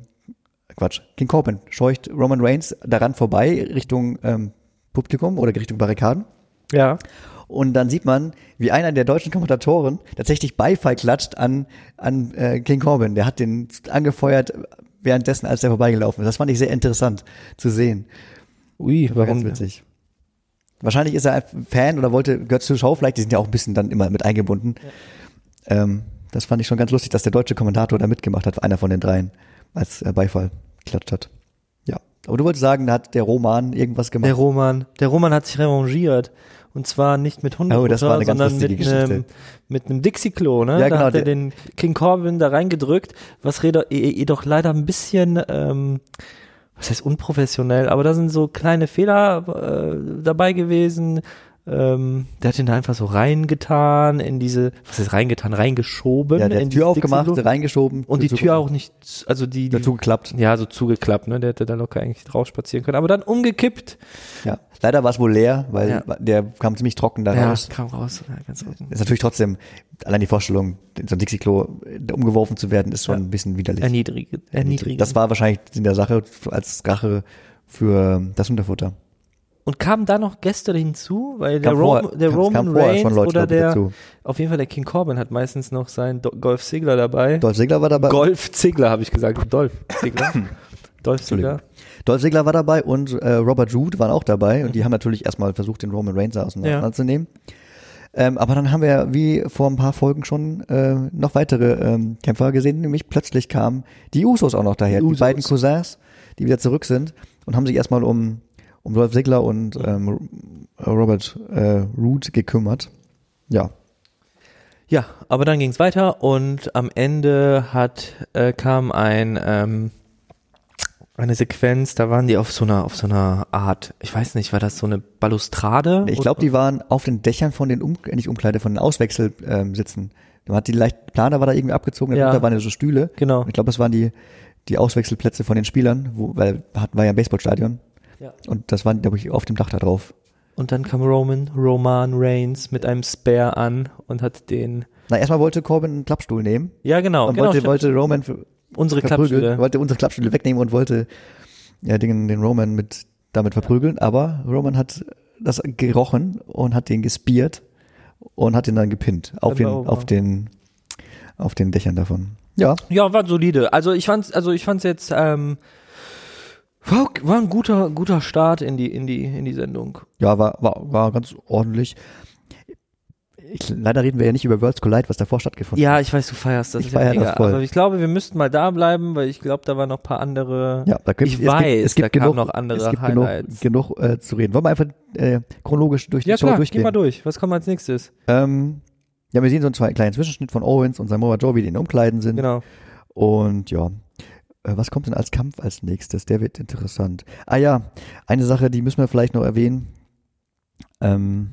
[SPEAKER 2] Quatsch, King Corbin scheucht Roman Reigns daran vorbei Richtung ähm, Publikum oder Richtung Barrikaden.
[SPEAKER 1] Ja.
[SPEAKER 2] Und dann sieht man, wie einer der deutschen Kommentatoren tatsächlich Beifall klatscht an, an äh, King Corbin. Der hat den angefeuert währenddessen, als der vorbeigelaufen ist. Das fand ich sehr interessant zu sehen.
[SPEAKER 1] Ui,
[SPEAKER 2] Ganz
[SPEAKER 1] warum?
[SPEAKER 2] witzig. Wahrscheinlich ist er ein Fan oder wollte, gehört zur Show vielleicht, die sind ja auch ein bisschen dann immer mit eingebunden. Ähm, das fand ich schon ganz lustig, dass der deutsche Kommentator da mitgemacht hat, einer von den dreien, als er Beifall klatscht hat. Ja. Aber du wolltest sagen, da hat der Roman irgendwas gemacht.
[SPEAKER 1] Der Roman, der Roman hat sich revanchiert. Und zwar nicht mit Hundefutter,
[SPEAKER 2] Oh, das war eine ganz
[SPEAKER 1] sondern
[SPEAKER 2] lustige
[SPEAKER 1] mit einem,
[SPEAKER 2] Geschichte.
[SPEAKER 1] mit einem Dixie-Klo, ne?
[SPEAKER 2] Ja,
[SPEAKER 1] da
[SPEAKER 2] genau,
[SPEAKER 1] hat er
[SPEAKER 2] der-
[SPEAKER 1] den King Corbin da reingedrückt, was reda- eh- eh- jedoch leider ein bisschen, ähm, was heißt unprofessionell, aber da sind so kleine Fehler äh, dabei gewesen. Ähm, der hat ihn da einfach so reingetan in diese, was heißt reingetan, reingeschoben.
[SPEAKER 2] ja, der
[SPEAKER 1] in
[SPEAKER 2] hat die Tür
[SPEAKER 1] dieses
[SPEAKER 2] aufgemacht,
[SPEAKER 1] Dixie-Klo.
[SPEAKER 2] reingeschoben.
[SPEAKER 1] Und die
[SPEAKER 2] dazu-
[SPEAKER 1] Tür auch nicht, z- also die, die
[SPEAKER 2] dazu geklappt.
[SPEAKER 1] ja, so zugeklappt, ne? Der hätte da locker eigentlich drauf spazieren können. Aber dann umgekippt.
[SPEAKER 2] Ja, leider war es wohl leer, weil
[SPEAKER 1] Ja.
[SPEAKER 2] der kam ziemlich trocken da raus.
[SPEAKER 1] kam raus. Ja, ganz unten.
[SPEAKER 2] Ist natürlich trotzdem, allein die Vorstellung, in so ein Dixie-Klo äh, umgeworfen zu werden, ist schon ein bisschen widerlich.
[SPEAKER 1] Erniedrigend. Erniedrigend.
[SPEAKER 2] Das war wahrscheinlich in der Sache als Rache für das Unterfutter.
[SPEAKER 1] Und kamen da noch Gäste hinzu? Weil der,
[SPEAKER 2] Kam
[SPEAKER 1] Rom,
[SPEAKER 2] vorher-
[SPEAKER 1] der
[SPEAKER 2] kam-
[SPEAKER 1] Roman
[SPEAKER 2] kam vorher schon
[SPEAKER 1] Reigns
[SPEAKER 2] Leute,
[SPEAKER 1] oder
[SPEAKER 2] glaub ich,
[SPEAKER 1] der,
[SPEAKER 2] dazu.
[SPEAKER 1] auf jeden Fall der King Corbin hat meistens noch seinen Do Golf Ziggler dabei.
[SPEAKER 2] Dolph Segler war dabei.
[SPEAKER 1] Golf Ziggler habe ich gesagt. Dolph Ziggler. Dolph
[SPEAKER 2] Entschuldigung.
[SPEAKER 1] Ziggler.
[SPEAKER 2] Dolph Segler war dabei und äh, Robert Jude waren auch dabei und die haben natürlich erstmal versucht, den Roman Reigns da auseinanderzunehmen. Ähm, aber dann haben wir, wie vor ein paar Folgen schon, äh, noch weitere ähm, Kämpfer gesehen, nämlich plötzlich kamen die Usos auch noch daher, die,
[SPEAKER 1] Usos.
[SPEAKER 2] beiden Cousins, die wieder zurück sind und haben sich erstmal um, um Dolph Segler und ähm, Robert äh, Root gekümmert. Ja,
[SPEAKER 1] Ja, aber dann ging's weiter und am Ende hat äh, kam ein ähm, eine Sequenz, da waren die auf so einer auf so einer Art, ich weiß nicht, war das so eine Balustrade?
[SPEAKER 2] Ich glaube, die waren auf den Dächern von den um äh, nicht Umkleide, von den Auswechselsitzen. sitzen. da hat die leicht Planer war da irgendwie abgezogen,
[SPEAKER 1] Ja.
[SPEAKER 2] da waren ja so Stühle.
[SPEAKER 1] Genau.
[SPEAKER 2] Und Ich glaube, das waren die die Auswechselplätze von den Spielern, wo, weil hatten wir ja ein Baseballstadion
[SPEAKER 1] Ja.
[SPEAKER 2] und das waren glaube ich auf dem Dach da drauf.
[SPEAKER 1] Und dann kam Roman Roman Reigns mit einem Spare an und hat den
[SPEAKER 2] Na, erstmal wollte Corbin einen Klappstuhl nehmen
[SPEAKER 1] Ja, genau,
[SPEAKER 2] und
[SPEAKER 1] genau.
[SPEAKER 2] wollte,
[SPEAKER 1] stimmt.
[SPEAKER 2] wollte Roman für-
[SPEAKER 1] unsere
[SPEAKER 2] verprügeln,
[SPEAKER 1] Klappstühle.
[SPEAKER 2] wollte unsere Klappstühle wegnehmen und wollte ja, den, den Roman mit damit verprügeln, aber Roman hat das gerochen und hat den gespiert und hat ihn dann gepinnt auf den,
[SPEAKER 1] Dann war
[SPEAKER 2] auf
[SPEAKER 1] over.
[SPEAKER 2] den auf den Dächern davon. Ja,
[SPEAKER 1] Ja, war solide. Also ich fand's also ich fand's jetzt ähm, war, war ein guter guter Start in die in die in die Sendung.
[SPEAKER 2] ja, war war, war ganz ordentlich. Ich, leider reden wir ja nicht über Worlds Collide, was davor stattgefunden
[SPEAKER 1] Ja, ich weiß, du feierst das.
[SPEAKER 2] Ich
[SPEAKER 1] ist ja
[SPEAKER 2] feier das
[SPEAKER 1] mega.
[SPEAKER 2] voll.
[SPEAKER 1] Aber ich glaube, wir müssten mal da bleiben, weil ich glaube, da waren noch ein paar andere.
[SPEAKER 2] Ja, da gibt,
[SPEAKER 1] ich
[SPEAKER 2] es
[SPEAKER 1] weiß,
[SPEAKER 2] gibt, es gibt
[SPEAKER 1] da
[SPEAKER 2] genug,
[SPEAKER 1] kamen noch andere
[SPEAKER 2] es gibt
[SPEAKER 1] Highlights.
[SPEAKER 2] genug, genug äh, zu reden. Wollen wir einfach äh, chronologisch durch die
[SPEAKER 1] ja
[SPEAKER 2] Show
[SPEAKER 1] klar,
[SPEAKER 2] durchgehen?
[SPEAKER 1] geh mal durch. Was kommt als nächstes?
[SPEAKER 2] Ähm, ja, wir sehen so einen zwei- kleinen Zwischenschnitt von Owens und Samoa Joe, wie die in Umkleiden sind.
[SPEAKER 1] Genau.
[SPEAKER 2] Und ja, äh, was kommt denn als Kampf als nächstes? Der wird interessant. Ah ja, eine Sache, die müssen wir vielleicht noch erwähnen. Ähm,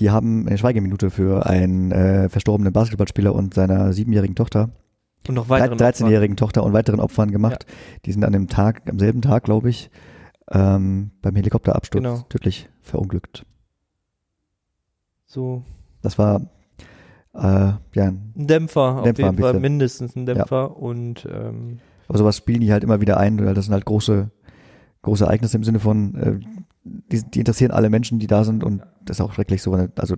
[SPEAKER 2] die haben eine Schweigeminute für einen äh, verstorbenen Basketballspieler und seiner siebenjährigen Tochter,
[SPEAKER 1] Und noch
[SPEAKER 2] drei-
[SPEAKER 1] weitere.
[SPEAKER 2] 13-jährigen Tochter und weiteren Opfern gemacht. Die sind an dem Tag, am selben Tag, glaube ich, ähm, beim Helikopterabsturz
[SPEAKER 1] Genau.
[SPEAKER 2] tödlich verunglückt.
[SPEAKER 1] So
[SPEAKER 2] Das war äh, ja ein
[SPEAKER 1] ein Dämpfer, auf
[SPEAKER 2] Dämpfer ein
[SPEAKER 1] jeden Fall
[SPEAKER 2] bisschen.
[SPEAKER 1] mindestens ein Dämpfer und ähm,
[SPEAKER 2] Aber sowas spielen die halt immer wieder ein, weil das sind halt große, große Ereignisse im Sinne von, äh, die, die interessieren alle Menschen, die da sind und das ist auch schrecklich so. weil- Also,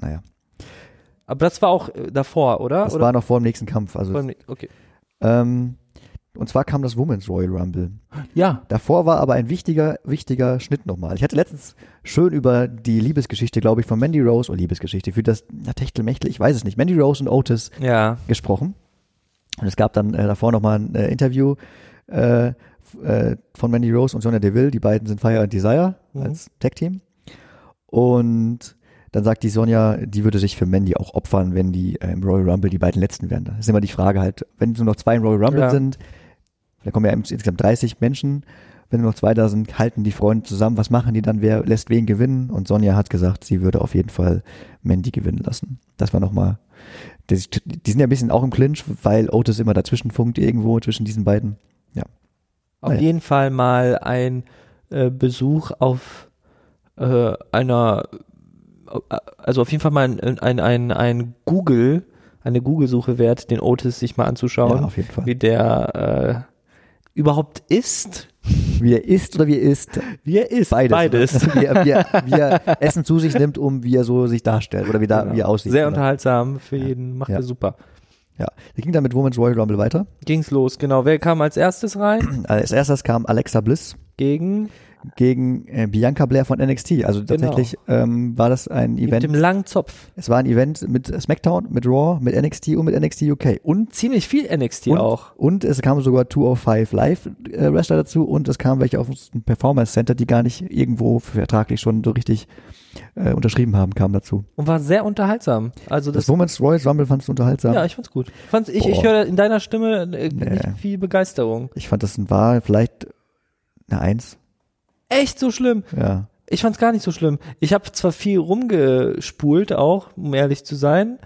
[SPEAKER 2] naja.
[SPEAKER 1] aber das war auch äh, davor, oder?
[SPEAKER 2] Das
[SPEAKER 1] oder?
[SPEAKER 2] war noch vor dem nächsten Kampf. Also,
[SPEAKER 1] okay.
[SPEAKER 2] ähm, Und zwar kam das Women's Royal Rumble.
[SPEAKER 1] Ja.
[SPEAKER 2] Davor war aber ein wichtiger, wichtiger Schnitt nochmal. Ich hatte letztens schön über die Liebesgeschichte, glaube ich, von Mandy Rose, oder Liebesgeschichte, für das na, Techtelmechtel, ich weiß es nicht, Mandy Rose und Otis
[SPEAKER 1] Ja.
[SPEAKER 2] gesprochen. Und es gab dann äh, davor nochmal ein äh, Interview äh, f- äh, von Mandy Rose und Sonya Deville. Die beiden sind Fire and Desire als Tech-Team. Und dann sagt die Sonja, die würde sich für Mandy auch opfern, wenn die äh, im Royal Rumble die beiden letzten wären. Das ist immer die Frage halt, wenn nur noch zwei im Royal Rumble
[SPEAKER 1] Ja.
[SPEAKER 2] sind, da kommen ja insgesamt 30 Menschen, wenn nur noch zwei da sind, halten die Freunde zusammen, was machen die dann, wer lässt wen gewinnen? Und Sonja hat gesagt, sie würde auf jeden Fall Mandy gewinnen lassen. Das war nochmal, die die sind ja ein bisschen auch im Clinch, weil Otis immer dazwischen funkt irgendwo zwischen diesen beiden. Ja.
[SPEAKER 1] Auf
[SPEAKER 2] Naja.
[SPEAKER 1] jeden Fall mal ein äh, Besuch auf äh, einer, also auf jeden Fall mal ein, ein, ein, ein Google, eine Google-Suche wert, den Otis sich mal anzuschauen,
[SPEAKER 2] Ja, auf jeden Fall.
[SPEAKER 1] wie der äh, überhaupt ist.
[SPEAKER 2] Wie er isst oder wie er isst.
[SPEAKER 1] Wie er ist.
[SPEAKER 2] Beides.
[SPEAKER 1] Beides.
[SPEAKER 2] Wie er, wie, er, wie er Essen zu sich nimmt, um wie er so sich darstellt oder wie, da, wie er aussieht.
[SPEAKER 1] Sehr
[SPEAKER 2] genau.
[SPEAKER 1] unterhaltsam für jeden, macht
[SPEAKER 2] Ja.
[SPEAKER 1] er super.
[SPEAKER 2] Ja. Wir ging dann mit Women's Royal Rumble weiter. Äh,
[SPEAKER 1] Ging's los, genau. Wer kam als erstes rein?
[SPEAKER 2] Als erstes kam Alexa Bliss
[SPEAKER 1] Gegen
[SPEAKER 2] gegen äh, Bianca Blair von NXT.
[SPEAKER 1] Genau.
[SPEAKER 2] Also tatsächlich ähm, war das ein
[SPEAKER 1] mit dem
[SPEAKER 2] Event.
[SPEAKER 1] langen Zopf.
[SPEAKER 2] Es war ein Event mit SmackDown, mit Raw, mit NXT und mit NXT UK. Und
[SPEAKER 1] Ziemlich viel NXT
[SPEAKER 2] und,
[SPEAKER 1] auch.
[SPEAKER 2] und es kamen sogar 205 Live äh, Wrestler dazu und es kamen welche auf dem Performance Center, die gar nicht irgendwo vertraglich schon so richtig äh, unterschrieben haben, kamen dazu.
[SPEAKER 1] Und war sehr unterhaltsam. Also das
[SPEAKER 2] Das Women's Royal Rumble fandst du unterhaltsam?
[SPEAKER 1] Ja, ich fand's gut. Fand's, ich ich
[SPEAKER 2] Boah.
[SPEAKER 1] höre in deiner Stimme äh,
[SPEAKER 2] Nee.
[SPEAKER 1] nicht viel Begeisterung.
[SPEAKER 2] Ich fand das war vielleicht eine Eins.
[SPEAKER 1] Echt so schlimm.
[SPEAKER 2] Ja.
[SPEAKER 1] Ich fand's gar nicht so schlimm. Ich habe zwar viel rumgespult auch, um ehrlich zu sein.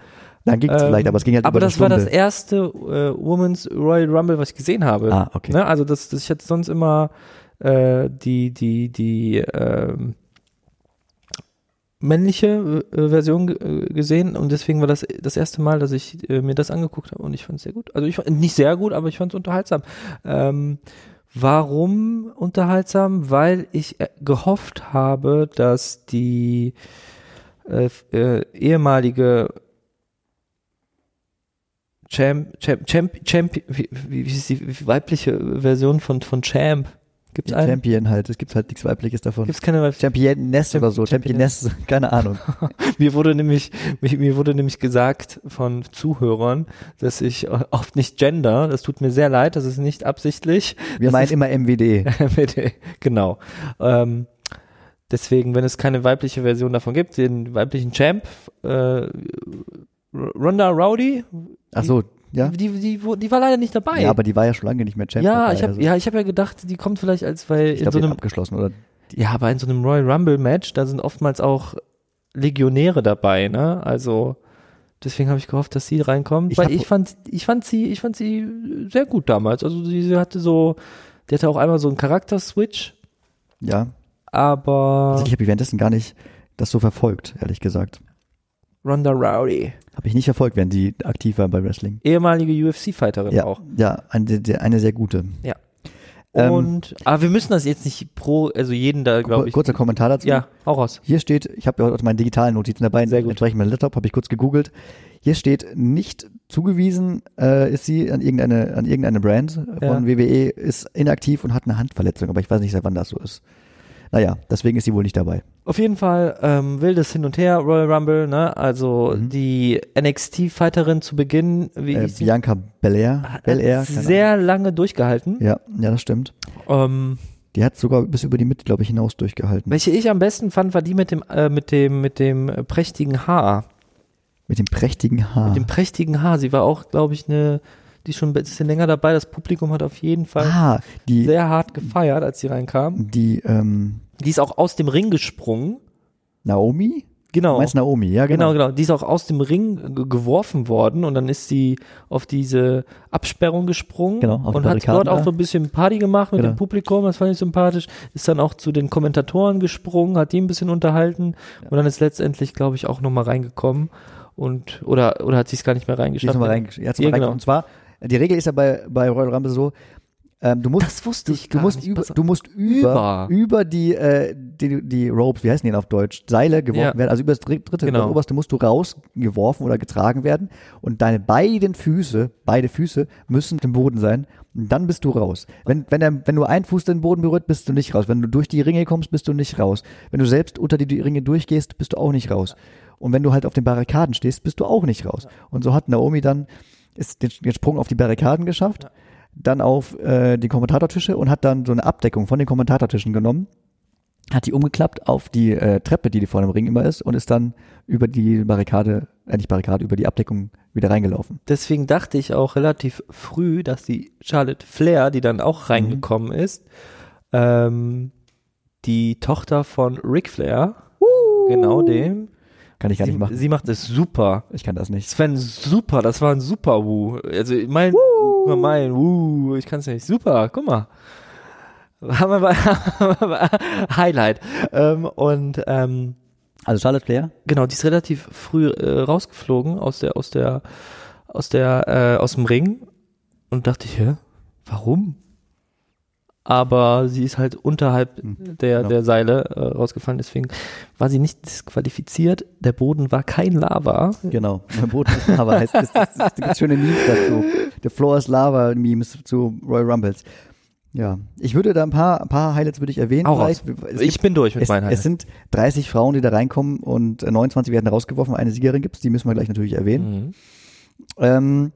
[SPEAKER 2] Dann ging es
[SPEAKER 1] Ähm,
[SPEAKER 2] vielleicht, aber es ging halt
[SPEAKER 1] aber
[SPEAKER 2] über
[SPEAKER 1] das war
[SPEAKER 2] eine
[SPEAKER 1] das
[SPEAKER 2] Stunde.
[SPEAKER 1] erste äh, Women's Royal Rumble, was ich gesehen habe.
[SPEAKER 2] Ah, okay.
[SPEAKER 1] Ne? Also das, das ich hätte sonst immer äh, die die die ähm, männliche äh, Version ge- äh, gesehen und deswegen war das das erste Mal, dass ich äh, mir das angeguckt habe und ich fand es sehr gut. Also ich fand nicht sehr gut, aber ich fand es unterhaltsam. Ähm, warum unterhaltsam? Weil ich äh, gehofft habe, dass die äh, f- äh, ehemalige Champ, Champ, Champ, Champ, wie, wie, wie ist die weibliche Version von, von Champ? Gibt's
[SPEAKER 2] Ja,
[SPEAKER 1] einen?
[SPEAKER 2] Champion halt. Es gibt halt nichts Weibliches davon.
[SPEAKER 1] Gibt's keine weibliche?
[SPEAKER 2] Championess oder so.
[SPEAKER 1] Championess.
[SPEAKER 2] Championess. Keine Ahnung.
[SPEAKER 1] Mir wurde nämlich, mir, mir wurde nämlich gesagt von Zuhörern, dass ich äh, oft nicht gender, das tut mir sehr leid, das ist nicht absichtlich.
[SPEAKER 2] Wir
[SPEAKER 1] das
[SPEAKER 2] meinen
[SPEAKER 1] ist-
[SPEAKER 2] immer MWD.
[SPEAKER 1] Bitte. genau. Ähm, deswegen, wenn es keine weibliche Version davon gibt, den weiblichen Champ, äh, R- Ronda Rowdy,
[SPEAKER 2] Ach so, ja.
[SPEAKER 1] die, die, wo- die war leider nicht dabei.
[SPEAKER 2] Ja, aber die war ja schon lange nicht mehr Champion.
[SPEAKER 1] ja,
[SPEAKER 2] dabei,
[SPEAKER 1] ich habe
[SPEAKER 2] also.
[SPEAKER 1] ja, ich hab ja gedacht, die kommt vielleicht als, weil
[SPEAKER 2] Ich
[SPEAKER 1] in
[SPEAKER 2] glaube,
[SPEAKER 1] so
[SPEAKER 2] die hat
[SPEAKER 1] einem
[SPEAKER 2] abgeschlossen, oder?
[SPEAKER 1] Ja, aber in so einem Royal Rumble Match, da sind oftmals auch Legionäre dabei, ne? Also deswegen habe ich gehofft, dass sie reinkommen,
[SPEAKER 2] Ich
[SPEAKER 1] weil
[SPEAKER 2] hab-
[SPEAKER 1] ich fand ich fand sie ich fand sie sehr gut damals. Also sie, sie hatte so die hatte auch einmal so einen Charakter Switch,
[SPEAKER 2] Ja.
[SPEAKER 1] aber
[SPEAKER 2] Also ich habe währenddessen gar nicht das so verfolgt, ehrlich gesagt.
[SPEAKER 1] Ronda Rousey,
[SPEAKER 2] Habe ich nicht verfolgt, während die aktiv war bei Wrestling.
[SPEAKER 1] ehemalige UFC Fighterin
[SPEAKER 2] Ja,
[SPEAKER 1] auch.
[SPEAKER 2] ja eine, die- eine sehr gute.
[SPEAKER 1] Ja.
[SPEAKER 2] Ähm,
[SPEAKER 1] Und aber wir müssen das jetzt nicht pro also jeden da, glaube ich.
[SPEAKER 2] Kurzer Kommentar dazu.
[SPEAKER 1] Ja, hau raus.
[SPEAKER 2] Hier steht, ich habe ja heute meine digitalen Notizen dabei,
[SPEAKER 1] Sehr gut.
[SPEAKER 2] entsprechend mein Laptop, habe ich kurz gegoogelt. Hier steht, nicht zugewiesen äh, ist sie an irgendeine, an irgendeine Brand von
[SPEAKER 1] Ja.
[SPEAKER 2] WWE, ist inaktiv und hat eine Handverletzung, aber ich weiß nicht, seit wann das so ist. Naja, deswegen ist sie wohl nicht dabei.
[SPEAKER 1] Auf jeden Fall ähm, wildes Hin und Her, Royal Rumble, ne? Also die NXT-Fighterin zu Beginn, wie
[SPEAKER 2] Mhm. Äh,
[SPEAKER 1] ich sie Ah,
[SPEAKER 2] Bianca Belair, Belair keine
[SPEAKER 1] sehr lange durchgehalten.
[SPEAKER 2] Ahnung. Ja, ja, das stimmt.
[SPEAKER 1] Ähm,
[SPEAKER 2] Die hat sogar bis über die Mitte, glaube ich, hinaus durchgehalten.
[SPEAKER 1] welche ich am besten fand, war die mit dem, äh, mit dem, mit dem äh, prächtigen Haar.
[SPEAKER 2] Mit dem prächtigen Haar.
[SPEAKER 1] Dem prächtigen Haar. Sie war auch, glaube ich, eine, die ist schon ein bisschen länger dabei. Das Publikum hat auf jeden Fall
[SPEAKER 2] ah, die,
[SPEAKER 1] sehr hart gefeiert, als sie reinkam.
[SPEAKER 2] die ähm,
[SPEAKER 1] Die ist auch aus dem Ring gesprungen.
[SPEAKER 2] Naomi?
[SPEAKER 1] Genau.
[SPEAKER 2] Du meinst Naomi, ja,
[SPEAKER 1] Genau,
[SPEAKER 2] genau.
[SPEAKER 1] genau. Die ist auch aus dem Ring ge- geworfen worden und dann ist sie auf diese Absperrung gesprungen
[SPEAKER 2] Genau, auf die
[SPEAKER 1] und hat
[SPEAKER 2] Barrikaden
[SPEAKER 1] dort auch
[SPEAKER 2] da.
[SPEAKER 1] so ein bisschen Party gemacht mit
[SPEAKER 2] Genau.
[SPEAKER 1] dem Publikum, das fand ich sympathisch. Ist dann auch zu den Kommentatoren gesprungen, hat die ein bisschen unterhalten und dann ist letztendlich, glaube ich, auch nochmal reingekommen und oder oder hat sie es gar nicht mehr
[SPEAKER 2] Die ist
[SPEAKER 1] reingeschafft.
[SPEAKER 2] nochmal reingesch- ja,
[SPEAKER 1] Ja,
[SPEAKER 2] genau.
[SPEAKER 1] genau.
[SPEAKER 2] Und zwar, die Regel ist ja bei, bei Royal Rumble so, ähm, du musst,
[SPEAKER 1] Das wusste
[SPEAKER 2] du,
[SPEAKER 1] ich
[SPEAKER 2] du
[SPEAKER 1] gar
[SPEAKER 2] musst
[SPEAKER 1] nicht.
[SPEAKER 2] über,
[SPEAKER 1] Pass auf.
[SPEAKER 2] du musst über,
[SPEAKER 1] Über.
[SPEAKER 2] über die, äh, die, die Ropes, wie heißen die denn auf Deutsch? Seile geworfen
[SPEAKER 1] Ja.
[SPEAKER 2] werden, also über das dr- dritte,
[SPEAKER 1] Genau.
[SPEAKER 2] über das oberste musst du rausgeworfen oder getragen werden und deine beiden Füße, beide Füße müssen auf dem Boden sein dann bist du raus. Wenn, wenn, er, wenn nur ein Fuß den Boden berührt, bist du nicht raus. Wenn du durch die Ringe kommst, bist du nicht raus. Wenn du selbst unter die Ringe durchgehst, bist du auch nicht raus. Und wenn du halt auf den Barrikaden stehst, bist du auch nicht raus. Und so hat Naomi dann ist den, den Sprung auf die Barrikaden geschafft, dann auf äh, die Kommentatortische und hat dann so eine Abdeckung von den Kommentatortischen genommen, hat die umgeklappt auf die äh, Treppe, die vor dem Ring immer ist, und ist dann über die Barrikade, äh, nicht Barrikade, über die Abdeckung wieder reingelaufen.
[SPEAKER 1] Deswegen dachte ich auch relativ früh, dass die Charlotte Flair, die dann auch reingekommen ist, ähm, die Tochter von Ric Flair, genau dem.
[SPEAKER 2] Kann ich gar
[SPEAKER 1] sie,
[SPEAKER 2] nicht machen.
[SPEAKER 1] sie macht es super.
[SPEAKER 2] Ich kann das nicht.
[SPEAKER 1] Sven, super, das war ein super Wu. Also mein, guck mal, mein Wu, ich kann es nicht. Super, guck mal. Haben wir mal- Highlight. Ähm, und ähm,
[SPEAKER 2] Also Charlotte Flair,
[SPEAKER 1] genau, die ist relativ früh äh, rausgeflogen aus der aus der aus der äh, aus dem Ring und dachte ich, hä, warum? Aber sie ist halt unterhalb der
[SPEAKER 2] ja.
[SPEAKER 1] der Seile äh, rausgefallen, deswegen war sie nicht disqualifiziert. Der Boden war kein Lava.
[SPEAKER 2] genau. Mein Boden ist Lava. heißt, das, das, das, das schöne Memes dazu. The Floor is Lava Memes zu Roy Rumbles. Ja, ich würde da ein paar, ein paar Highlights würde ich erwähnen.
[SPEAKER 1] Auch raus.
[SPEAKER 2] vielleicht. Es
[SPEAKER 1] Ich bin durch mit
[SPEAKER 2] es,
[SPEAKER 1] meinen
[SPEAKER 2] es
[SPEAKER 1] Highlights.
[SPEAKER 2] sind 30 Frauen, die da reinkommen und äh, 29 werden rausgeworfen. Eine Siegerin gibt's, die müssen wir gleich natürlich erwähnen.
[SPEAKER 1] Mhm.
[SPEAKER 2] Ähm,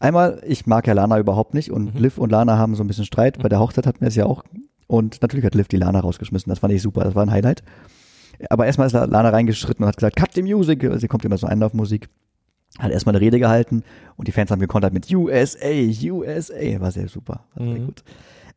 [SPEAKER 2] einmal, ich mag ja Lana überhaupt nicht und
[SPEAKER 1] Mhm.
[SPEAKER 2] Liv und Lana haben so ein bisschen Streit. Bei der Hochzeit hatten wir es ja auch. Und natürlich hat Liv die Lana rausgeschmissen. Das fand ich super, das war ein Highlight. Aber erstmal ist Lana reingeschritten und hat gesagt, cut the music. Sie kommt immer so Einlaufmusik. Hat erstmal eine Rede gehalten und die Fans haben gekontert mit USA, USA. War sehr super, war sehr
[SPEAKER 1] Mhm.
[SPEAKER 2] gut.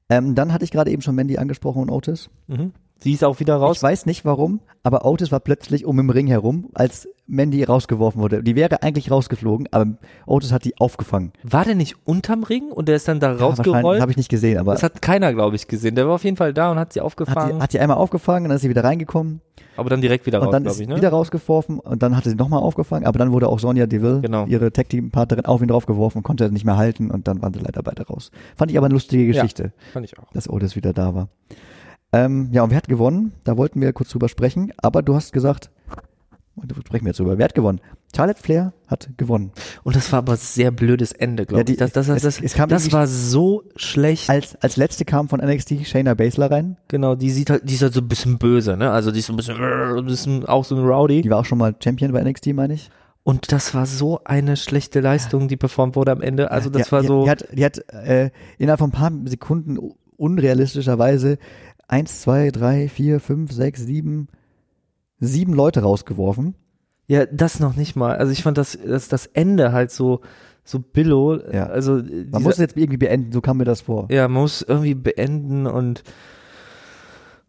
[SPEAKER 2] Ähm, dann hatte ich gerade eben schon Mandy angesprochen und Otis.
[SPEAKER 1] Mhm. Sie ist auch wieder raus.
[SPEAKER 2] Ich weiß nicht warum, aber Otis war plötzlich um im Ring herum, als Mandy rausgeworfen wurde. Die wäre eigentlich rausgeflogen, aber Otis hat die aufgefangen.
[SPEAKER 1] War der nicht unterm Ring und der ist dann da rausgerollt?
[SPEAKER 2] Habe ich nicht gesehen, aber
[SPEAKER 1] das
[SPEAKER 2] hat
[SPEAKER 1] hat keiner, glaube ich, gesehen. Der war auf jeden Fall da und hat sie
[SPEAKER 2] die,
[SPEAKER 1] aufgefangen,
[SPEAKER 2] hat die einmal aufgefangen, dann ist sie wieder reingekommen
[SPEAKER 1] aber dann direkt wieder
[SPEAKER 2] und
[SPEAKER 1] raus,
[SPEAKER 2] dann ist
[SPEAKER 1] glaube ich. Ne?
[SPEAKER 2] wieder rausgeworfen und dann hatte sie nochmal aufgefangen, aber dann wurde auch Sonja Deville,
[SPEAKER 1] Genau.
[SPEAKER 2] ihre Tag-Team-Partnerin, auf ihn draufgeworfen, konnte nicht mehr halten und dann waren sie leider beide raus. Fand ich aber eine lustige Geschichte.
[SPEAKER 1] Fand ich auch.
[SPEAKER 2] dass Otis wieder da war. Ähm, ja, und wer hat gewonnen? Da wollten wir kurz drüber sprechen, aber du hast gesagt, und da sprechen wir jetzt drüber. Wer hat gewonnen? Charlotte Flair hat gewonnen.
[SPEAKER 1] Und das war aber sehr blödes Ende, glaube
[SPEAKER 2] Ja, die-
[SPEAKER 1] ich. Das, das,
[SPEAKER 2] es-
[SPEAKER 1] das, das,
[SPEAKER 2] es kam
[SPEAKER 1] das
[SPEAKER 2] irgendwie-
[SPEAKER 1] war so schlecht.
[SPEAKER 2] Als, als letzte kam von NXT Shayna Baszler rein.
[SPEAKER 1] genau, die sieht halt, die ist halt so ein bisschen böse, ne? Also die ist so ein bisschen, ein bisschen auch so ein Rowdy.
[SPEAKER 2] Die war auch schon mal Champion bei NXT, meine ich.
[SPEAKER 1] Und das war so eine schlechte Leistung, die performt wurde am Ende. Also das
[SPEAKER 2] die,
[SPEAKER 1] war
[SPEAKER 2] die,
[SPEAKER 1] so.
[SPEAKER 2] Die hat, die hat äh, innerhalb von ein paar Sekunden u- unrealistischerweise eins, zwei, drei, vier, fünf, sechs, sieben, sieben Leute rausgeworfen.
[SPEAKER 1] Ja, das noch nicht mal. Also ich fand das, das, das Ende halt so, so billow.
[SPEAKER 2] Ja.
[SPEAKER 1] Also
[SPEAKER 2] Man muss es jetzt irgendwie beenden, so kam mir das vor.
[SPEAKER 1] ja, man muss irgendwie beenden und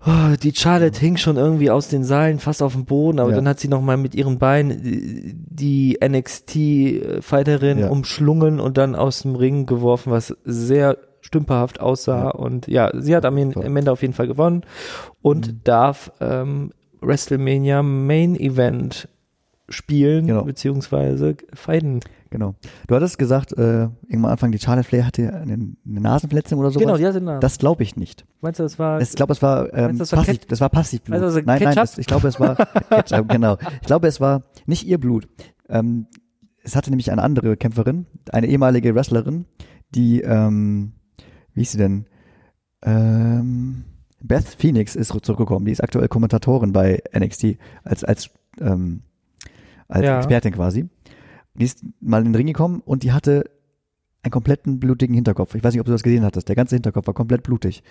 [SPEAKER 1] oh, die Charlotte hing schon irgendwie aus den Seilen fast auf dem Boden, aber
[SPEAKER 2] Ja.
[SPEAKER 1] dann hat sie nochmal mit ihren Beinen die- die NXT-Fighterin
[SPEAKER 2] Ja.
[SPEAKER 1] umschlungen und dann aus dem Ring geworfen, was sehr stümperhaft aussah. Und ja, sie hat am, En-
[SPEAKER 2] Fall.
[SPEAKER 1] am Ende auf jeden Fall gewonnen
[SPEAKER 2] Mhm.
[SPEAKER 1] und darf ähm, WrestleMania Main Event spielen,
[SPEAKER 2] Genau.
[SPEAKER 1] beziehungsweise fighten.
[SPEAKER 2] Genau. Du hattest gesagt, äh, irgendwann am Anfang, die Charlotte Flair hatte eine, eine Nasenverletzung oder sowas.
[SPEAKER 1] Genau, ja, genau.
[SPEAKER 2] Das glaube ich nicht.
[SPEAKER 1] Meinst du, das war
[SPEAKER 2] Ich glaube, es war, ähm,
[SPEAKER 1] Meinst du, das war
[SPEAKER 2] passiv, das war Passivblut.
[SPEAKER 1] Also so
[SPEAKER 2] nein, nein,
[SPEAKER 1] Ketchup?
[SPEAKER 2] das, ich glaube, es war Ketchup, genau. Ich glaube, es war nicht ihr Blut. Ähm, es hatte nämlich eine andere Kämpferin, eine ehemalige Wrestlerin, die, ähm, wie hieß sie denn? Ähm, Beth Phoenix ist zurückgekommen. Die ist aktuell Kommentatorin bei NXT als als ähm, als
[SPEAKER 1] Ja.
[SPEAKER 2] Expertin quasi. Die ist mal in den Ring gekommen und die hatte einen kompletten blutigen Hinterkopf. Ich weiß nicht, ob du das gesehen hattest. Der ganze Hinterkopf war komplett blutig.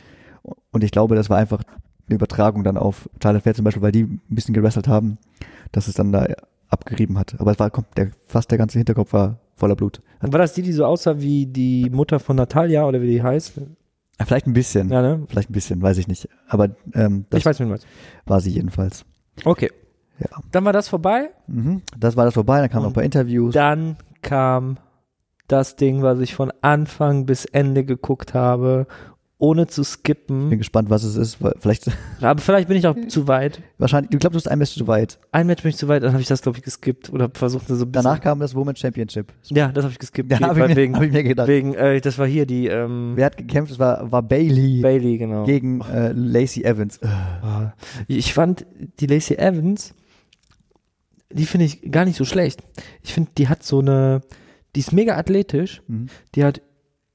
[SPEAKER 2] Und ich glaube, das war einfach eine Übertragung dann auf Charlotte Flair zum Beispiel, weil die ein bisschen gewrestelt haben, dass es dann da abgerieben hat. Aber es war kom- der, fast der ganze Hinterkopf war voller Blut.
[SPEAKER 1] War das die, die so aussah wie die Mutter von Natalia oder wie die heißt?
[SPEAKER 2] Mhm. Vielleicht ein bisschen.
[SPEAKER 1] Ja, ne?
[SPEAKER 2] Vielleicht ein bisschen, weiß ich nicht. Aber ähm, das
[SPEAKER 1] ich weiß, wen du meinst.
[SPEAKER 2] war sie jedenfalls.
[SPEAKER 1] Okay.
[SPEAKER 2] Ja.
[SPEAKER 1] Dann war das vorbei.
[SPEAKER 2] Mhm. Das war das vorbei, dann kamen noch
[SPEAKER 1] Und
[SPEAKER 2] ein paar Interviews.
[SPEAKER 1] Dann kam das Ding, was ich von Anfang bis Ende geguckt habe, ohne zu
[SPEAKER 2] bin
[SPEAKER 1] skippen.
[SPEAKER 2] gespannt, was es ist. weil Vielleicht,
[SPEAKER 1] Aber vielleicht bin ich auch zu weit.
[SPEAKER 2] wahrscheinlich, ich glaube, du bist ein Match zu weit.
[SPEAKER 1] Ein Match bin ich zu weit, dann habe ich das, glaube ich, geskippt oder versucht so ein bisschen.
[SPEAKER 2] Danach kam das Women's Championship.
[SPEAKER 1] Ja, das habe ich geskippt.
[SPEAKER 2] Da
[SPEAKER 1] Wegen-
[SPEAKER 2] habe ich, mir-
[SPEAKER 1] wegen,
[SPEAKER 2] hab ich mir gedacht.
[SPEAKER 1] wegen äh, das war hier die ähm,
[SPEAKER 2] Wer hat gekämpft? Es war, war Bailey
[SPEAKER 1] Bailey, genau.
[SPEAKER 2] gegen äh, Lacey Evans. Äh,
[SPEAKER 1] Ah, Ich fand die Lacey Evans, die finde ich gar nicht so schlecht. Ich finde, die hat so eine, die ist mega athletisch,
[SPEAKER 2] Mhm.
[SPEAKER 1] die hat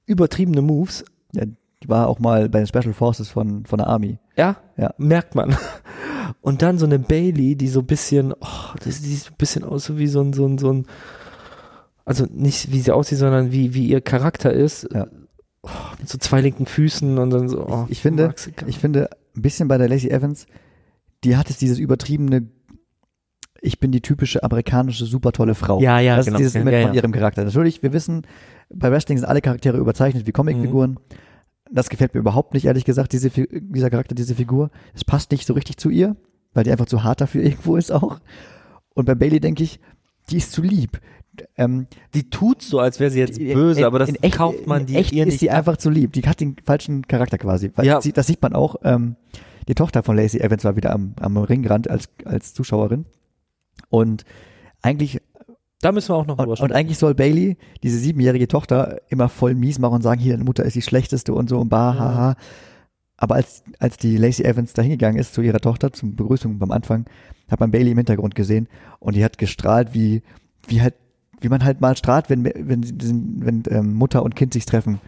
[SPEAKER 1] übertriebene Moves.
[SPEAKER 2] Ja, die war auch mal bei den Special Forces von, von der Army.
[SPEAKER 1] Ja,
[SPEAKER 2] Ja.
[SPEAKER 1] merkt man. Und dann so eine Bailey, die so ein bisschen, oh, das sieht ein bisschen aus so wie so ein, so ein, so ein, also nicht wie sie aussieht, sondern wie, wie ihr Charakter ist.
[SPEAKER 2] Ja.
[SPEAKER 1] Oh, mit so zwei linken Füßen und dann so. Oh,
[SPEAKER 2] Ich finde,
[SPEAKER 1] magst du gar
[SPEAKER 2] ich finde, ein bisschen bei der Lacey Evans, die hat jetzt dieses übertriebene, ich bin die typische amerikanische super tolle Frau.
[SPEAKER 1] Ja, ja,
[SPEAKER 2] das
[SPEAKER 1] genau.
[SPEAKER 2] ist dieses
[SPEAKER 1] Ja,
[SPEAKER 2] Image
[SPEAKER 1] ja,
[SPEAKER 2] von
[SPEAKER 1] ja.
[SPEAKER 2] ihrem Charakter. Natürlich, wir wissen, bei Wrestling sind alle Charaktere überzeichnet wie Comicfiguren.
[SPEAKER 1] Mhm.
[SPEAKER 2] Das gefällt mir überhaupt nicht, ehrlich gesagt, diese, Fi- dieser Charakter, diese Figur. Es passt nicht so richtig zu ihr, weil die einfach zu hart dafür irgendwo ist auch. Und bei Bailey denke ich, die ist zu lieb. Ähm,
[SPEAKER 1] die tut so, als wäre sie jetzt
[SPEAKER 2] in-
[SPEAKER 1] böse,
[SPEAKER 2] in-
[SPEAKER 1] aber das
[SPEAKER 2] in echt,
[SPEAKER 1] kauft man
[SPEAKER 2] in
[SPEAKER 1] die
[SPEAKER 2] echt
[SPEAKER 1] ihr
[SPEAKER 2] ist
[SPEAKER 1] nicht.
[SPEAKER 2] die einfach zu lieb. Die hat den falschen Charakter quasi. Weil
[SPEAKER 1] Ja.
[SPEAKER 2] sie, das sieht man auch. Ähm, die Tochter von Lacey Evans war wieder am, am Ringrand als, als Zuschauerin. Und eigentlich,
[SPEAKER 1] da müssen wir auch noch
[SPEAKER 2] und,
[SPEAKER 1] drüber
[SPEAKER 2] und
[SPEAKER 1] sprechen.
[SPEAKER 2] eigentlich soll Bailey diese siebenjährige Tochter immer voll mies machen und sagen, hier, deine Mutter ist die schlechteste und so und bah, haha. Aber als, als die Lacey Evans da hingegangen ist zu ihrer Tochter, zur Begrüßung beim Anfang, hat man Bailey im Hintergrund gesehen und die hat gestrahlt, wie, wie halt, wie man halt mal strahlt, wenn, wenn, wenn, wenn ähm, Mutter und Kind sich treffen.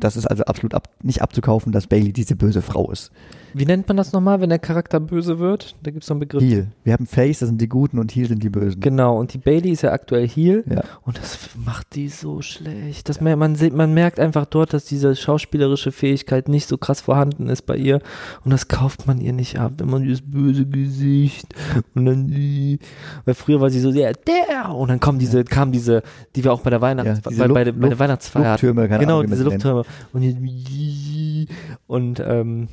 [SPEAKER 2] Das ist also absolut ab, nicht abzukaufen, dass Bailey diese böse Frau ist.
[SPEAKER 1] Wie nennt man das nochmal, wenn der Charakter böse wird? Da gibt es so einen Begriff.
[SPEAKER 2] Heel. Wir haben Face, das sind die Guten und Heel sind die Bösen.
[SPEAKER 1] Genau, und die Bailey ist ja aktuell Heal
[SPEAKER 2] Ja.
[SPEAKER 1] und das macht die so schlecht. Das mer- man, sieht, man merkt einfach dort, dass diese schauspielerische Fähigkeit nicht so krass vorhanden ist bei ihr und das kauft man ihr nicht ab, wenn man dieses böse Gesicht und dann die- weil früher war sie so der der und dann kommen diese kamen diese die wir auch bei der Weihnachts
[SPEAKER 2] Ja, diese
[SPEAKER 1] bei, bei,
[SPEAKER 2] Luft-
[SPEAKER 1] der- bei der
[SPEAKER 2] Luft-
[SPEAKER 1] Weihnachtsfeier hatten.
[SPEAKER 2] Lufttürme, keine
[SPEAKER 1] genau
[SPEAKER 2] Ahnung, wie man
[SPEAKER 1] diese
[SPEAKER 2] sie nennt.
[SPEAKER 1] Lufttürme und die- und ähm,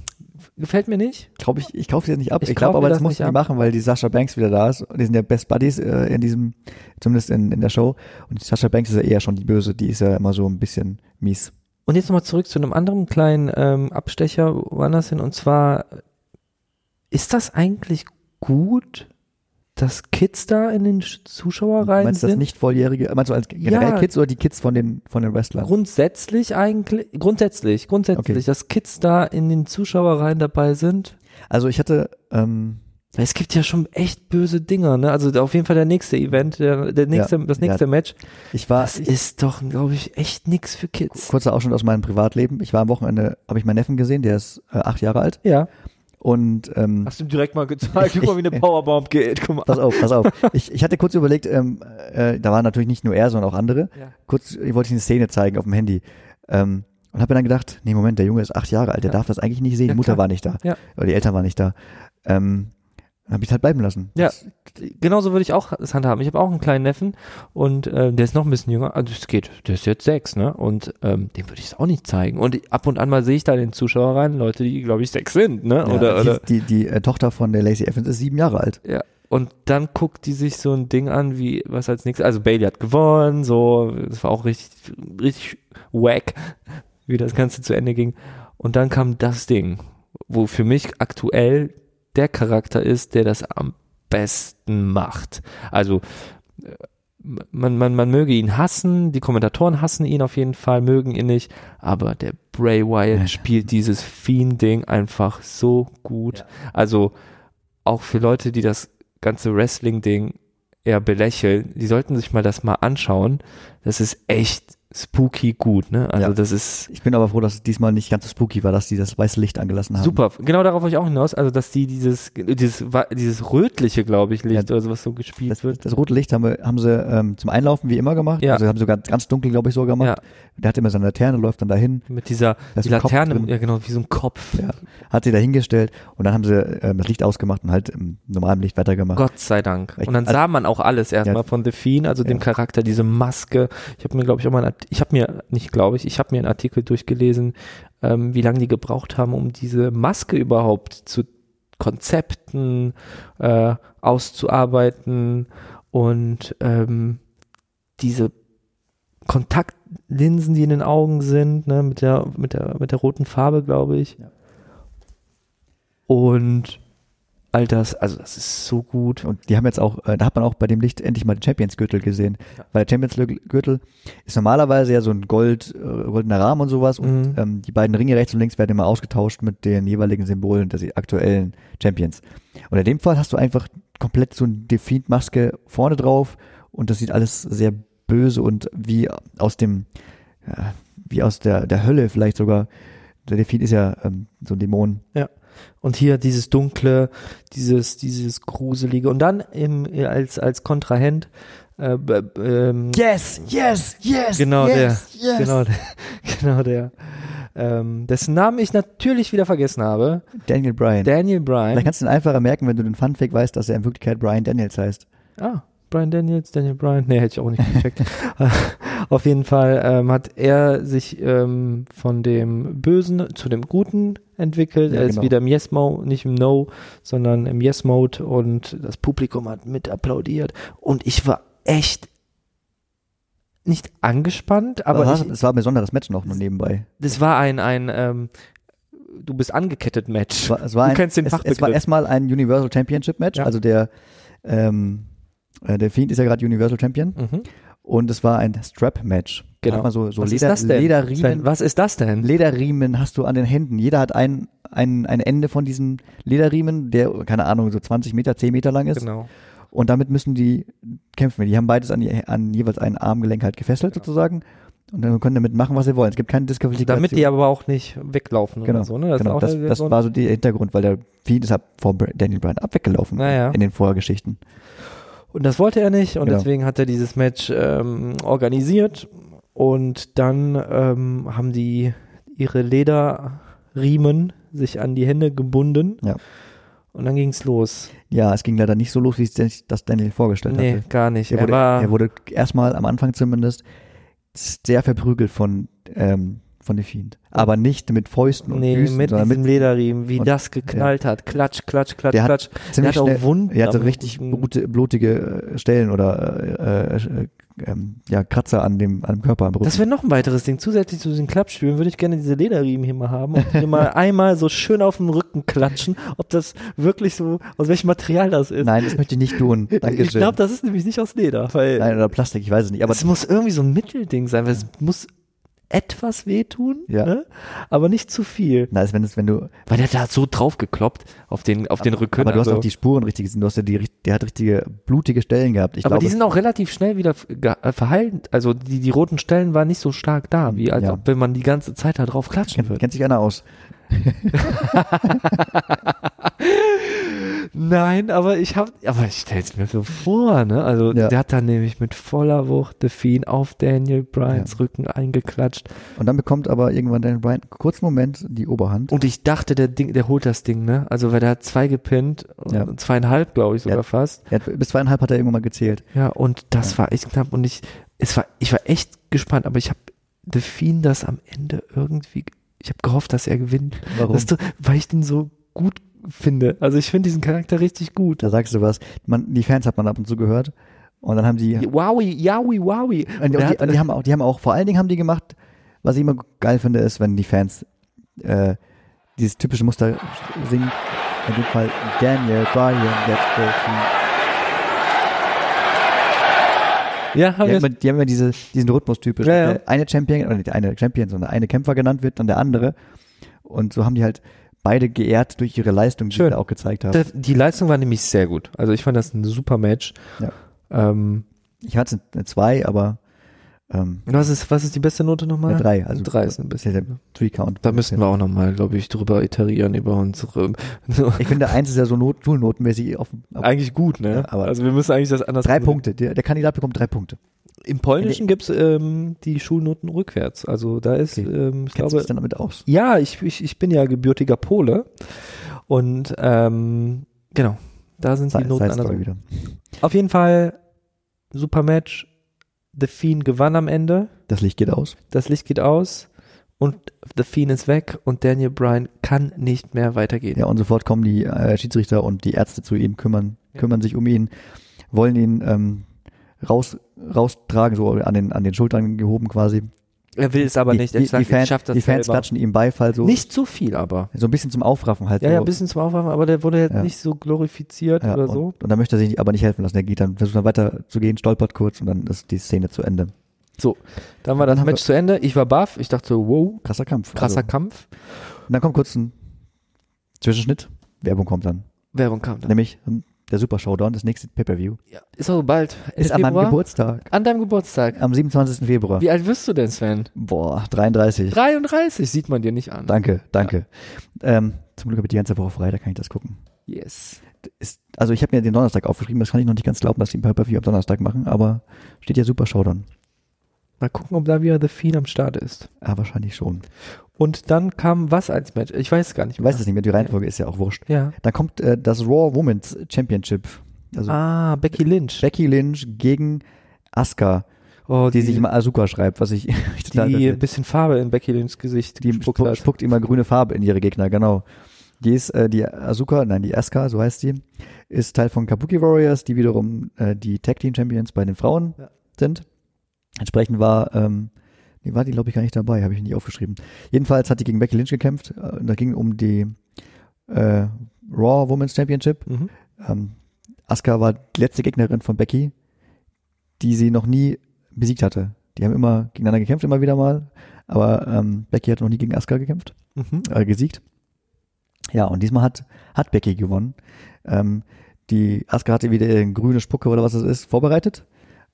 [SPEAKER 1] gefällt mir nicht.
[SPEAKER 2] Glaub ich, ich kaufe sie jetzt nicht ab.
[SPEAKER 1] Ich
[SPEAKER 2] Ich, glaube
[SPEAKER 1] kauf mir
[SPEAKER 2] aber, das,
[SPEAKER 1] das
[SPEAKER 2] muss
[SPEAKER 1] nicht
[SPEAKER 2] ich
[SPEAKER 1] ab.
[SPEAKER 2] machen, weil die Sascha Banks wieder da ist. Und Die sind ja Best Buddies äh, in diesem, zumindest in, in der Show. Und die Sascha Banks ist ja eher schon die Böse, die ist ja immer so ein bisschen mies.
[SPEAKER 1] Und jetzt nochmal zurück zu einem anderen kleinen ähm, Abstecher woanders hin. Und zwar, ist das eigentlich gut, dass Kids da in den Sch- Zuschauer rein
[SPEAKER 2] meinst du das
[SPEAKER 1] sind?
[SPEAKER 2] nicht volljährige, meinst du als generell
[SPEAKER 1] Ja.
[SPEAKER 2] Kids oder die Kids von den, von den Wrestlern?
[SPEAKER 1] Grundsätzlich eigentlich, grundsätzlich, grundsätzlich,
[SPEAKER 2] Okay.
[SPEAKER 1] dass Kids da in den Zuschauerreihen dabei sind.
[SPEAKER 2] Also ich hatte, ähm,
[SPEAKER 1] Weil Es gibt ja schon echt böse Dinger, ne? Also auf jeden Fall der nächste Event, der, der nächste, das
[SPEAKER 2] ja.
[SPEAKER 1] nächste Match.
[SPEAKER 2] ich war,
[SPEAKER 1] Das ist doch, glaube ich, echt nix für Kids.
[SPEAKER 2] kurzer Ausschnitt aus meinem Privatleben. Ich war am Wochenende, habe ich meinen Neffen gesehen, der ist äh, acht Jahre alt.
[SPEAKER 1] Ja.
[SPEAKER 2] Und ähm,
[SPEAKER 1] Hast du ihm direkt mal gezeigt,
[SPEAKER 2] guck mal, wie eine
[SPEAKER 1] Powerbomb geht. Guck mal.
[SPEAKER 2] Pass auf, pass auf. Ich, ich hatte kurz überlegt, ähm, äh, da waren natürlich nicht nur er, sondern auch andere.
[SPEAKER 1] Ja.
[SPEAKER 2] Kurz äh, wollte ich eine Szene zeigen auf dem Handy. Ähm, und habe mir dann gedacht, nee, Moment, der Junge ist acht Jahre alt, der darf das eigentlich nicht sehen.
[SPEAKER 1] Ja,
[SPEAKER 2] die Mutter
[SPEAKER 1] klar.
[SPEAKER 2] war nicht da.
[SPEAKER 1] Ja.
[SPEAKER 2] Oder die Eltern waren nicht da. Ähm, dann habe ich es halt bleiben lassen.
[SPEAKER 1] Ja,
[SPEAKER 2] Das,
[SPEAKER 1] genauso würde ich auch es handhaben. Ich habe auch einen kleinen Neffen und äh, der ist noch ein bisschen jünger. Also es geht, der ist jetzt sechs, ne? Und ähm, dem würde ich es auch nicht zeigen. Und ab und an mal sehe ich da den Zuschauer rein, Leute, die, glaube ich, sechs sind, ne?
[SPEAKER 2] ja,
[SPEAKER 1] oder,
[SPEAKER 2] die,
[SPEAKER 1] oder,
[SPEAKER 2] die, die äh, Tochter von der Lacey Evans ist sieben Jahre alt.
[SPEAKER 1] ja. Und dann guckt die sich so ein Ding an, wie, was als nächstes, also Bailey hat gewonnen, so, das war auch richtig, richtig wack, wie das Ganze zu Ende ging. Und dann kam das Ding, wo für mich aktuell der Charakter ist, der das am besten macht. Also äh, man, man, man möge ihn hassen, die Kommentatoren hassen ihn auf jeden Fall, mögen ihn nicht, aber der Bray Wyatt spielt dieses Fiend-Ding einfach so gut. Also auch für Leute, die das ganze Wrestling-Ding eher belächeln, die sollten sich mal das mal anschauen. Das ist echt spooky gut, ne? Also
[SPEAKER 2] Ja.
[SPEAKER 1] das ist
[SPEAKER 2] Ich bin aber froh, dass es diesmal nicht ganz so spooky war, dass die das weiße Licht angelassen haben.
[SPEAKER 1] Super, genau darauf wollte ich auch hinaus, also dass die dieses, dieses, wa- dieses rötliche, glaube ich, Licht
[SPEAKER 2] Ja.
[SPEAKER 1] oder sowas so gespielt
[SPEAKER 2] Das,
[SPEAKER 1] wird.
[SPEAKER 2] das rote Licht haben, wir, haben sie ähm, zum Einlaufen wie immer gemacht.
[SPEAKER 1] Ja.
[SPEAKER 2] Also haben sie ganz, ganz dunkel, glaube ich, so gemacht.
[SPEAKER 1] Ja.
[SPEAKER 2] Der hat immer seine Laterne, läuft dann dahin.
[SPEAKER 1] Mit dieser
[SPEAKER 2] Da ist
[SPEAKER 1] die
[SPEAKER 2] ein Kopf
[SPEAKER 1] Laterne,
[SPEAKER 2] drin.
[SPEAKER 1] ja genau, wie so ein Kopf.
[SPEAKER 2] Ja, hat sie da hingestellt und dann haben sie ähm, das Licht ausgemacht und halt im normalen Licht weitergemacht.
[SPEAKER 1] Gott sei Dank.
[SPEAKER 2] Echt?
[SPEAKER 1] Und dann
[SPEAKER 2] Also-
[SPEAKER 1] sah man auch alles erstmal
[SPEAKER 2] Ja.
[SPEAKER 1] von The Fiend, also dem
[SPEAKER 2] Ja.
[SPEAKER 1] Charakter, diese Maske. Ich habe mir, glaube ich, auch mal, einen Art- ich habe mir, nicht glaube ich, ich habe mir einen Artikel durchgelesen, ähm, wie lange die gebraucht haben, um diese Maske überhaupt zu Konzepten äh, auszuarbeiten und ähm, diese Kontaktlinsen, die in den Augen sind, ne, mit, der, mit, der, mit der roten Farbe, glaube ich.
[SPEAKER 2] Ja.
[SPEAKER 1] Und all das, also das ist so gut.
[SPEAKER 2] Und die haben jetzt auch, äh, da hat man auch bei dem Licht endlich mal den Champions-Gürtel gesehen.
[SPEAKER 1] Ja.
[SPEAKER 2] Weil der Champions-Gürtel ist normalerweise ja so ein Gold, äh, goldener Rahmen und sowas.
[SPEAKER 1] Mhm.
[SPEAKER 2] Und ähm, die beiden Ringe rechts und links werden immer ausgetauscht mit den jeweiligen Symbolen der sie- aktuellen Champions. Und in dem Fall hast du einfach komplett so eine Defiant-Maske vorne drauf und das sieht alles sehr böse und wie aus dem, ja, wie aus der, der Hölle vielleicht sogar. Der Delfin ist ja ähm, so ein Dämon.
[SPEAKER 1] Ja. Und hier dieses dunkle, dieses, dieses gruselige. Und dann im, als, als Kontrahent. Äh, b- b- ähm,
[SPEAKER 2] Yes, yes, yes.
[SPEAKER 1] Genau
[SPEAKER 2] yes,
[SPEAKER 1] der. Genau der. Genau der. Ähm, dessen Namen ich natürlich wieder vergessen habe.
[SPEAKER 2] Daniel Bryan.
[SPEAKER 1] Daniel Bryan.
[SPEAKER 2] Vielleicht kannst du ihn einfacher merken, wenn du den Funfact weißt, dass er in Wirklichkeit Brian Daniels heißt.
[SPEAKER 1] Ah, Brian Daniels, Daniel Bryan. Nee, hätte ich auch nicht gecheckt. Auf jeden Fall ähm, hat er sich ähm, von dem Bösen zu dem Guten entwickelt.
[SPEAKER 2] Ja,
[SPEAKER 1] er ist
[SPEAKER 2] genau.
[SPEAKER 1] wieder im Yes-Mode, nicht im No, sondern im Yes-Mode und das Publikum hat mit applaudiert. Und ich war echt nicht angespannt, aber
[SPEAKER 2] es
[SPEAKER 1] ich,
[SPEAKER 2] war, Also, es war ein besonderes Match noch nur nebenbei.
[SPEAKER 1] das war ein, ein ähm, du bist angekettet Match.
[SPEAKER 2] Es war, es war
[SPEAKER 1] du
[SPEAKER 2] ein,
[SPEAKER 1] kennst den
[SPEAKER 2] es, es war
[SPEAKER 1] Fachbegriff.
[SPEAKER 2] erstmal ein Universal Championship Match.
[SPEAKER 1] Ja.
[SPEAKER 2] Also der, ähm, äh, der Fiend ist ja gerade Universal Champion.
[SPEAKER 1] mhm.
[SPEAKER 2] Und es war ein Strap Match. Da
[SPEAKER 1] Genau.
[SPEAKER 2] hat man so, so
[SPEAKER 1] Was ist
[SPEAKER 2] Leder,
[SPEAKER 1] das denn? Sven,
[SPEAKER 2] Lederriemen.
[SPEAKER 1] was ist das denn?
[SPEAKER 2] Lederriemen hast du an den Händen. Jeder hat ein, ein, ein Ende von diesem Lederriemen, der, keine Ahnung, so 20 Meter, 10 Meter lang ist.
[SPEAKER 1] Genau.
[SPEAKER 2] Und damit müssen die kämpfen. Die haben beides an, je- an jeweils ein Armgelenk halt gefesselt sozusagen. Und dann können damit machen, was sie wollen. Es gibt keine Disqualifikation.
[SPEAKER 1] Damit die aber auch nicht weglaufen
[SPEAKER 2] genau,
[SPEAKER 1] oder so, ne?
[SPEAKER 2] Das,
[SPEAKER 1] ist
[SPEAKER 2] genau.
[SPEAKER 1] auch
[SPEAKER 2] das,
[SPEAKER 1] eine-
[SPEAKER 2] das
[SPEAKER 1] so ein-
[SPEAKER 2] war so der Hintergrund, weil der Fiend ist ab vor Br- Daniel Bryan abweggelaufen
[SPEAKER 1] Naja.
[SPEAKER 2] in den Vorgeschichten.
[SPEAKER 1] und das wollte er nicht und
[SPEAKER 2] Genau.
[SPEAKER 1] deswegen hat er dieses Match ähm, organisiert und dann ähm, haben die ihre Lederriemen sich an die Hände gebunden
[SPEAKER 2] Ja.
[SPEAKER 1] und dann ging's los.
[SPEAKER 2] Ja, es ging leider nicht so los, wie es das Daniel vorgestellt
[SPEAKER 1] Nee,
[SPEAKER 2] hatte.
[SPEAKER 1] gar nicht.
[SPEAKER 2] Er
[SPEAKER 1] Er
[SPEAKER 2] wurde,
[SPEAKER 1] war
[SPEAKER 2] er wurde erstmal am Anfang zumindest sehr verprügelt von, ähm, von dem Fiend. Aber nicht mit Fäusten und
[SPEAKER 1] nee,
[SPEAKER 2] Füßen,
[SPEAKER 1] mit
[SPEAKER 2] sondern
[SPEAKER 1] diesem Lederriemen, wie
[SPEAKER 2] und-
[SPEAKER 1] das geknallt hat. Klatsch, klatsch, klatsch,
[SPEAKER 2] Der hat
[SPEAKER 1] klatsch. Der
[SPEAKER 2] ziemlich
[SPEAKER 1] hat auch
[SPEAKER 2] schnell-
[SPEAKER 1] Wunden.
[SPEAKER 2] Er hatte
[SPEAKER 1] am-
[SPEAKER 2] richtig blute, blutige äh, Stellen oder äh, äh, äh, ähm, ja, Kratzer an dem, an dem Körper am Rücken.
[SPEAKER 1] Das wäre noch ein weiteres Ding. Zusätzlich zu diesen Klappstühlen würde ich gerne diese Lederriemen hier mal haben und die mal einmal so schön auf den Rücken klatschen, ob das wirklich so, aus welchem Material das ist.
[SPEAKER 2] Nein, das möchte ich nicht tun. Dankeschön.
[SPEAKER 1] ich glaube, das ist nämlich nicht aus Leder, weil
[SPEAKER 2] Nein, oder Plastik, ich weiß es nicht. Aber
[SPEAKER 1] es muss irgendwie so ein Mittelding sein, weil es muss etwas wehtun,
[SPEAKER 2] Ja.
[SPEAKER 1] ne? aber nicht zu viel.
[SPEAKER 2] na, ist, wenn, es, wenn du,
[SPEAKER 1] Weil der da hat so drauf gekloppt auf den, auf den Rücken.
[SPEAKER 2] aber du hast
[SPEAKER 1] also.
[SPEAKER 2] auch die Spuren richtig gesehen. Du hast ja die, richt- der hat richtige blutige Stellen gehabt. Ich
[SPEAKER 1] aber
[SPEAKER 2] glaube,
[SPEAKER 1] die sind auch relativ schnell wieder f- ge- äh, verheilt. Also die, die roten Stellen waren nicht so stark da, wie als
[SPEAKER 2] Ja.
[SPEAKER 1] ob wenn man die ganze Zeit da drauf klatschen würde.
[SPEAKER 2] kennt sich einer aus.
[SPEAKER 1] Nein, aber ich hab, aber ich stell's mir so vor, ne? Also
[SPEAKER 2] Ja.
[SPEAKER 1] der hat dann nämlich mit voller Wucht The Fiend auf Daniel Bryans Rücken eingeklatscht.
[SPEAKER 2] Und dann bekommt aber irgendwann Daniel Bryan kurzen Moment die Oberhand.
[SPEAKER 1] Und ich dachte, der Ding, der holt das Ding, ne? Also weil der hat zwei gepinnt,
[SPEAKER 2] Ja.
[SPEAKER 1] und zweieinhalb, glaube ich, sogar
[SPEAKER 2] Ja.
[SPEAKER 1] fast.
[SPEAKER 2] Er hat, bis zweieinhalb hat er irgendwann mal gezählt.
[SPEAKER 1] Ja, und das war echt knapp und ich, es war, ich war echt gespannt, aber ich habe The Fiend das am Ende irgendwie, ich habe gehofft, dass er gewinnt.
[SPEAKER 2] Warum?
[SPEAKER 1] Weißt du, weil ich den so gut finde. Also ich finde diesen Charakter richtig gut.
[SPEAKER 2] Da sagst du was. Man, die Fans hat man ab und zu gehört. Und dann haben die
[SPEAKER 1] Wowie, yowie, wowie.
[SPEAKER 2] Und,
[SPEAKER 1] der
[SPEAKER 2] und, die,
[SPEAKER 1] hat-
[SPEAKER 2] und die haben auch, die haben auch, vor allen Dingen haben die gemacht, was ich immer geil finde, ist, wenn die Fans äh, dieses typische Muster singen. In dem Fall Daniel Bryan, let's go
[SPEAKER 1] Ah,
[SPEAKER 2] Fiend.
[SPEAKER 1] ja, hab
[SPEAKER 2] Die haben
[SPEAKER 1] ich
[SPEAKER 2] immer, die haben immer diese, diesen Rhythmus typisch.
[SPEAKER 1] Ja, ja.
[SPEAKER 2] dass der Eine Champion, oder nicht eine Champion, sondern eine Kämpfer genannt wird, dann der andere. Und so haben die halt beide geehrt durch ihre Leistung, die
[SPEAKER 1] Schön.
[SPEAKER 2] sie da auch gezeigt haben.
[SPEAKER 1] Da- Die Leistung war nämlich sehr gut. Also ich fand das ein super Match.
[SPEAKER 2] Ja.
[SPEAKER 1] Ähm,
[SPEAKER 2] Ich hatte eine zwei, aber ähm,
[SPEAKER 1] was, ist, was ist die beste Note nochmal?
[SPEAKER 2] eine drei. Also
[SPEAKER 1] drei ist ein bisschen.
[SPEAKER 2] der Three Count.
[SPEAKER 1] Da müssen wir auch nochmal, glaube ich, drüber iterieren über unsere.
[SPEAKER 2] Ich finde, eins ist ja so not, schulnotenmäßig auf, auf
[SPEAKER 1] eigentlich gut, ne?
[SPEAKER 2] Ja, aber-
[SPEAKER 1] also wir müssen eigentlich das anders.
[SPEAKER 2] drei Punkte. Der, der Kandidat bekommt drei Punkte.
[SPEAKER 1] Im Polnischen gibt's ähm, die Schulnoten rückwärts. Also da ist,
[SPEAKER 2] Okay.
[SPEAKER 1] ähm, ich
[SPEAKER 2] Kennst du
[SPEAKER 1] glaube,
[SPEAKER 2] dich dann damit aus?
[SPEAKER 1] ja, ich, ich, ich bin ja gebürtiger Pole und ähm, genau, da sind die
[SPEAKER 2] Sei,
[SPEAKER 1] Noten
[SPEAKER 2] sei es
[SPEAKER 1] anders. um.
[SPEAKER 2] doch wieder.
[SPEAKER 1] Auf jeden Fall super Match. The Fiend gewann am Ende.
[SPEAKER 2] Das Licht geht aus.
[SPEAKER 1] das Licht geht aus und The Fiend ist weg und Daniel Bryan kann nicht mehr weitergehen.
[SPEAKER 2] Ja, und sofort kommen die äh, Schiedsrichter und die Ärzte zu ihm, kümmern,
[SPEAKER 1] Ja.
[SPEAKER 2] kümmern sich um ihn, wollen ihn ähm, raus, raustragen, so an den, an den Schultern gehoben quasi.
[SPEAKER 1] Er will es aber nicht. Er
[SPEAKER 2] die,
[SPEAKER 1] sagt,
[SPEAKER 2] die Fans,
[SPEAKER 1] ich schaff das
[SPEAKER 2] die Fans
[SPEAKER 1] selber.
[SPEAKER 2] klatschen ihm Beifall, so,
[SPEAKER 1] Nicht zu viel aber. Also-
[SPEAKER 2] so ein bisschen zum Aufraffen halt.
[SPEAKER 1] Ja,
[SPEAKER 2] so.
[SPEAKER 1] ja, ein bisschen zum Aufwachen, aber der wurde jetzt
[SPEAKER 2] Ja.
[SPEAKER 1] nicht so glorifiziert
[SPEAKER 2] Ja,
[SPEAKER 1] oder
[SPEAKER 2] und,
[SPEAKER 1] so.
[SPEAKER 2] und dann möchte er sich aber nicht helfen lassen. Er geht dann, versucht dann weiter zu gehen, stolpert kurz und dann ist die Szene zu Ende.
[SPEAKER 1] Dann war
[SPEAKER 2] Dann
[SPEAKER 1] das
[SPEAKER 2] haben
[SPEAKER 1] Match zu Ende. Ich war baff. Ich dachte, wow,
[SPEAKER 2] Krasser Kampf.
[SPEAKER 1] krasser
[SPEAKER 2] also,
[SPEAKER 1] Kampf.
[SPEAKER 2] Und dann kommt kurz ein Zwischenschnitt. Werbung kommt dann.
[SPEAKER 1] Werbung kam dann.
[SPEAKER 2] Nämlich hm, der Super Showdown, das nächste Pay-Per-View.
[SPEAKER 1] Ja. Ist auch bald. Ende
[SPEAKER 2] Ist an meinem
[SPEAKER 1] Februar?
[SPEAKER 2] Geburtstag.
[SPEAKER 1] An deinem Geburtstag.
[SPEAKER 2] Am 27. Februar.
[SPEAKER 1] Wie alt wirst du denn, Sven?
[SPEAKER 2] Boah, 33.
[SPEAKER 1] 33 sieht man dir nicht an.
[SPEAKER 2] Danke, danke. Ähm, zum Glück habe ich die ganze Woche frei, da kann ich das gucken.
[SPEAKER 1] Yes.
[SPEAKER 2] Ist, also ich habe mir den Donnerstag aufgeschrieben, das kann ich noch nicht ganz glauben, dass die ein Pay-Per-View am Donnerstag machen, aber steht ja Super Showdown.
[SPEAKER 1] Mal gucken, ob da wieder The Fiend am Start ist.
[SPEAKER 2] Ah, wahrscheinlich schon.
[SPEAKER 1] Und dann kam was als Match? Ich weiß es gar nicht
[SPEAKER 2] Ich
[SPEAKER 1] mehr.
[SPEAKER 2] weiß es nicht mehr, die Reihenfolge ist ja auch wurscht.
[SPEAKER 1] Ja.
[SPEAKER 2] Dann kommt äh, das Raw Women's Championship. Also
[SPEAKER 1] Ah, Becky Lynch.
[SPEAKER 2] Becky Lynch gegen Asuka,
[SPEAKER 1] oh,
[SPEAKER 2] die, sich immer Asuka schreibt, was ich, ich total
[SPEAKER 1] die ein bisschen Farbe in Becky Lynchs Gesicht
[SPEAKER 2] die
[SPEAKER 1] gespuckt
[SPEAKER 2] spu
[SPEAKER 1] hat.
[SPEAKER 2] spuckt immer grüne Farbe in ihre Gegner, genau. Die ist äh, die Asuka, nein, die Asuka, so heißt sie, ist Teil von Kabuki Warriors, die wiederum äh, die Tag Team Champions bei den Frauen
[SPEAKER 1] Ja.
[SPEAKER 2] sind. Entsprechend war, ähm, nee, war die, glaube ich, gar nicht dabei, habe ich nicht aufgeschrieben. Jedenfalls hat die gegen Becky Lynch gekämpft. Äh, da ging um die äh, Raw Women's Championship.
[SPEAKER 1] Mhm.
[SPEAKER 2] Ähm, Asuka war die letzte Gegnerin von Becky, die sie noch nie besiegt hatte. Die haben immer gegeneinander gekämpft, immer wieder mal. Aber ähm, Becky hat noch nie gegen Asuka gekämpft,
[SPEAKER 1] Mhm.
[SPEAKER 2] äh, gesiegt. Ja, und diesmal hat, hat Becky gewonnen. Ähm, die Asuka hatte wieder ihren grüne Spucke oder was das ist, vorbereitet.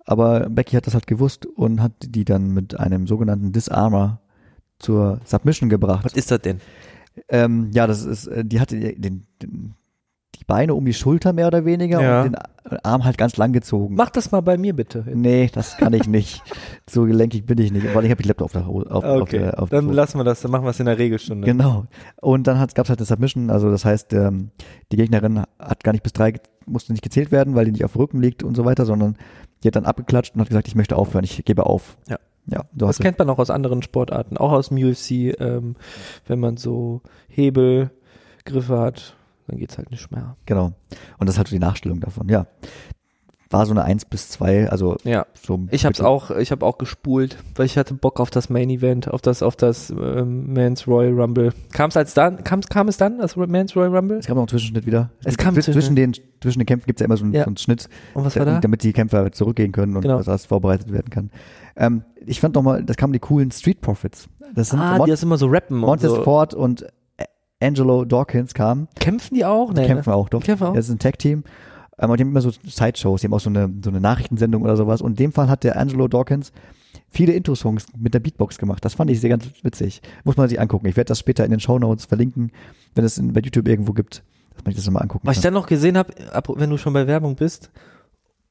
[SPEAKER 2] Aber Becky hat das halt gewusst und hat die dann mit einem sogenannten Disarmer zur Submission gebracht.
[SPEAKER 1] Was ist das denn?
[SPEAKER 2] Ähm, ja, das ist, äh, die hatte ihr- den, den, die Beine um die Schulter mehr oder weniger
[SPEAKER 1] Ja.
[SPEAKER 2] und den A- Arm halt ganz lang gezogen.
[SPEAKER 1] Mach das mal bei mir bitte.
[SPEAKER 2] nee, das kann ich nicht. so gelenkig bin ich nicht, weil ich habe die Laptop auf der Ho- auf, auf, der- auf
[SPEAKER 1] dann
[SPEAKER 2] der-
[SPEAKER 1] lassen wir das, dann machen wir es in der Regelstunde.
[SPEAKER 2] Genau. Und dann gab es halt eine Submission, also das heißt, ähm, die Gegnerin hat gar nicht bis drei, ge- musste nicht gezählt werden, weil die nicht auf dem Rücken liegt und so weiter, sondern die hat dann abgeklatscht und hat gesagt, ich möchte aufhören, ich gebe auf.
[SPEAKER 1] Ja.
[SPEAKER 2] Ja, so
[SPEAKER 1] Das
[SPEAKER 2] hatte-
[SPEAKER 1] kennt man auch aus anderen Sportarten, auch aus dem UFC, ähm, wenn man so Hebelgriffe hat, dann geht's halt nicht mehr.
[SPEAKER 2] genau. Und das ist halt so die Nachstellung davon, ja. War so eine 1 bis 2, also
[SPEAKER 1] Ja,
[SPEAKER 2] so
[SPEAKER 1] ich hab's
[SPEAKER 2] mittel-
[SPEAKER 1] auch, ich hab auch gespult, weil ich hatte Bock auf das Main Event, auf das, auf das ähm, Men's Royal Rumble. Kam's als dann, kam's, kam es dann, das Men's Royal Rumble?
[SPEAKER 2] Es gab noch einen Zwischenschnitt wieder.
[SPEAKER 1] Es
[SPEAKER 2] gibt-
[SPEAKER 1] kam
[SPEAKER 2] zwi- zwischen den, zwischen den Kämpfen gibt es ja immer so einen,
[SPEAKER 1] Ja.
[SPEAKER 2] so einen Schnitt,
[SPEAKER 1] Und was war da?
[SPEAKER 2] damit die Kämpfer halt zurückgehen können und
[SPEAKER 1] Genau.
[SPEAKER 2] was alles vorbereitet werden kann. Ähm, ich fand nochmal, das kamen die coolen Street Profits. Das sind
[SPEAKER 1] Ah,
[SPEAKER 2] Mon
[SPEAKER 1] die das immer so rappen und
[SPEAKER 2] Montez
[SPEAKER 1] so.
[SPEAKER 2] Ford und A- Angelo Dawkins kamen.
[SPEAKER 1] Kämpfen die auch?
[SPEAKER 2] Die
[SPEAKER 1] ne?
[SPEAKER 2] kämpfen auch doch.
[SPEAKER 1] Die kämpfen auch?
[SPEAKER 2] Das ist ein Tag-Team. Ähm, und die haben immer so Sideshows, die haben auch so eine, so eine Nachrichtensendung oder sowas. Und in dem Fall hat der Angelo Dawkins viele Intro-Songs mit der Beatbox gemacht. Das fand ich sehr ganz witzig. Muss man sich angucken. Ich werde das später in den Shownotes verlinken, wenn es in- bei YouTube irgendwo gibt, dass man sich das nochmal angucken
[SPEAKER 1] ne? Was
[SPEAKER 2] kann.
[SPEAKER 1] ich dann noch gesehen habe, wenn du schon bei Werbung bist,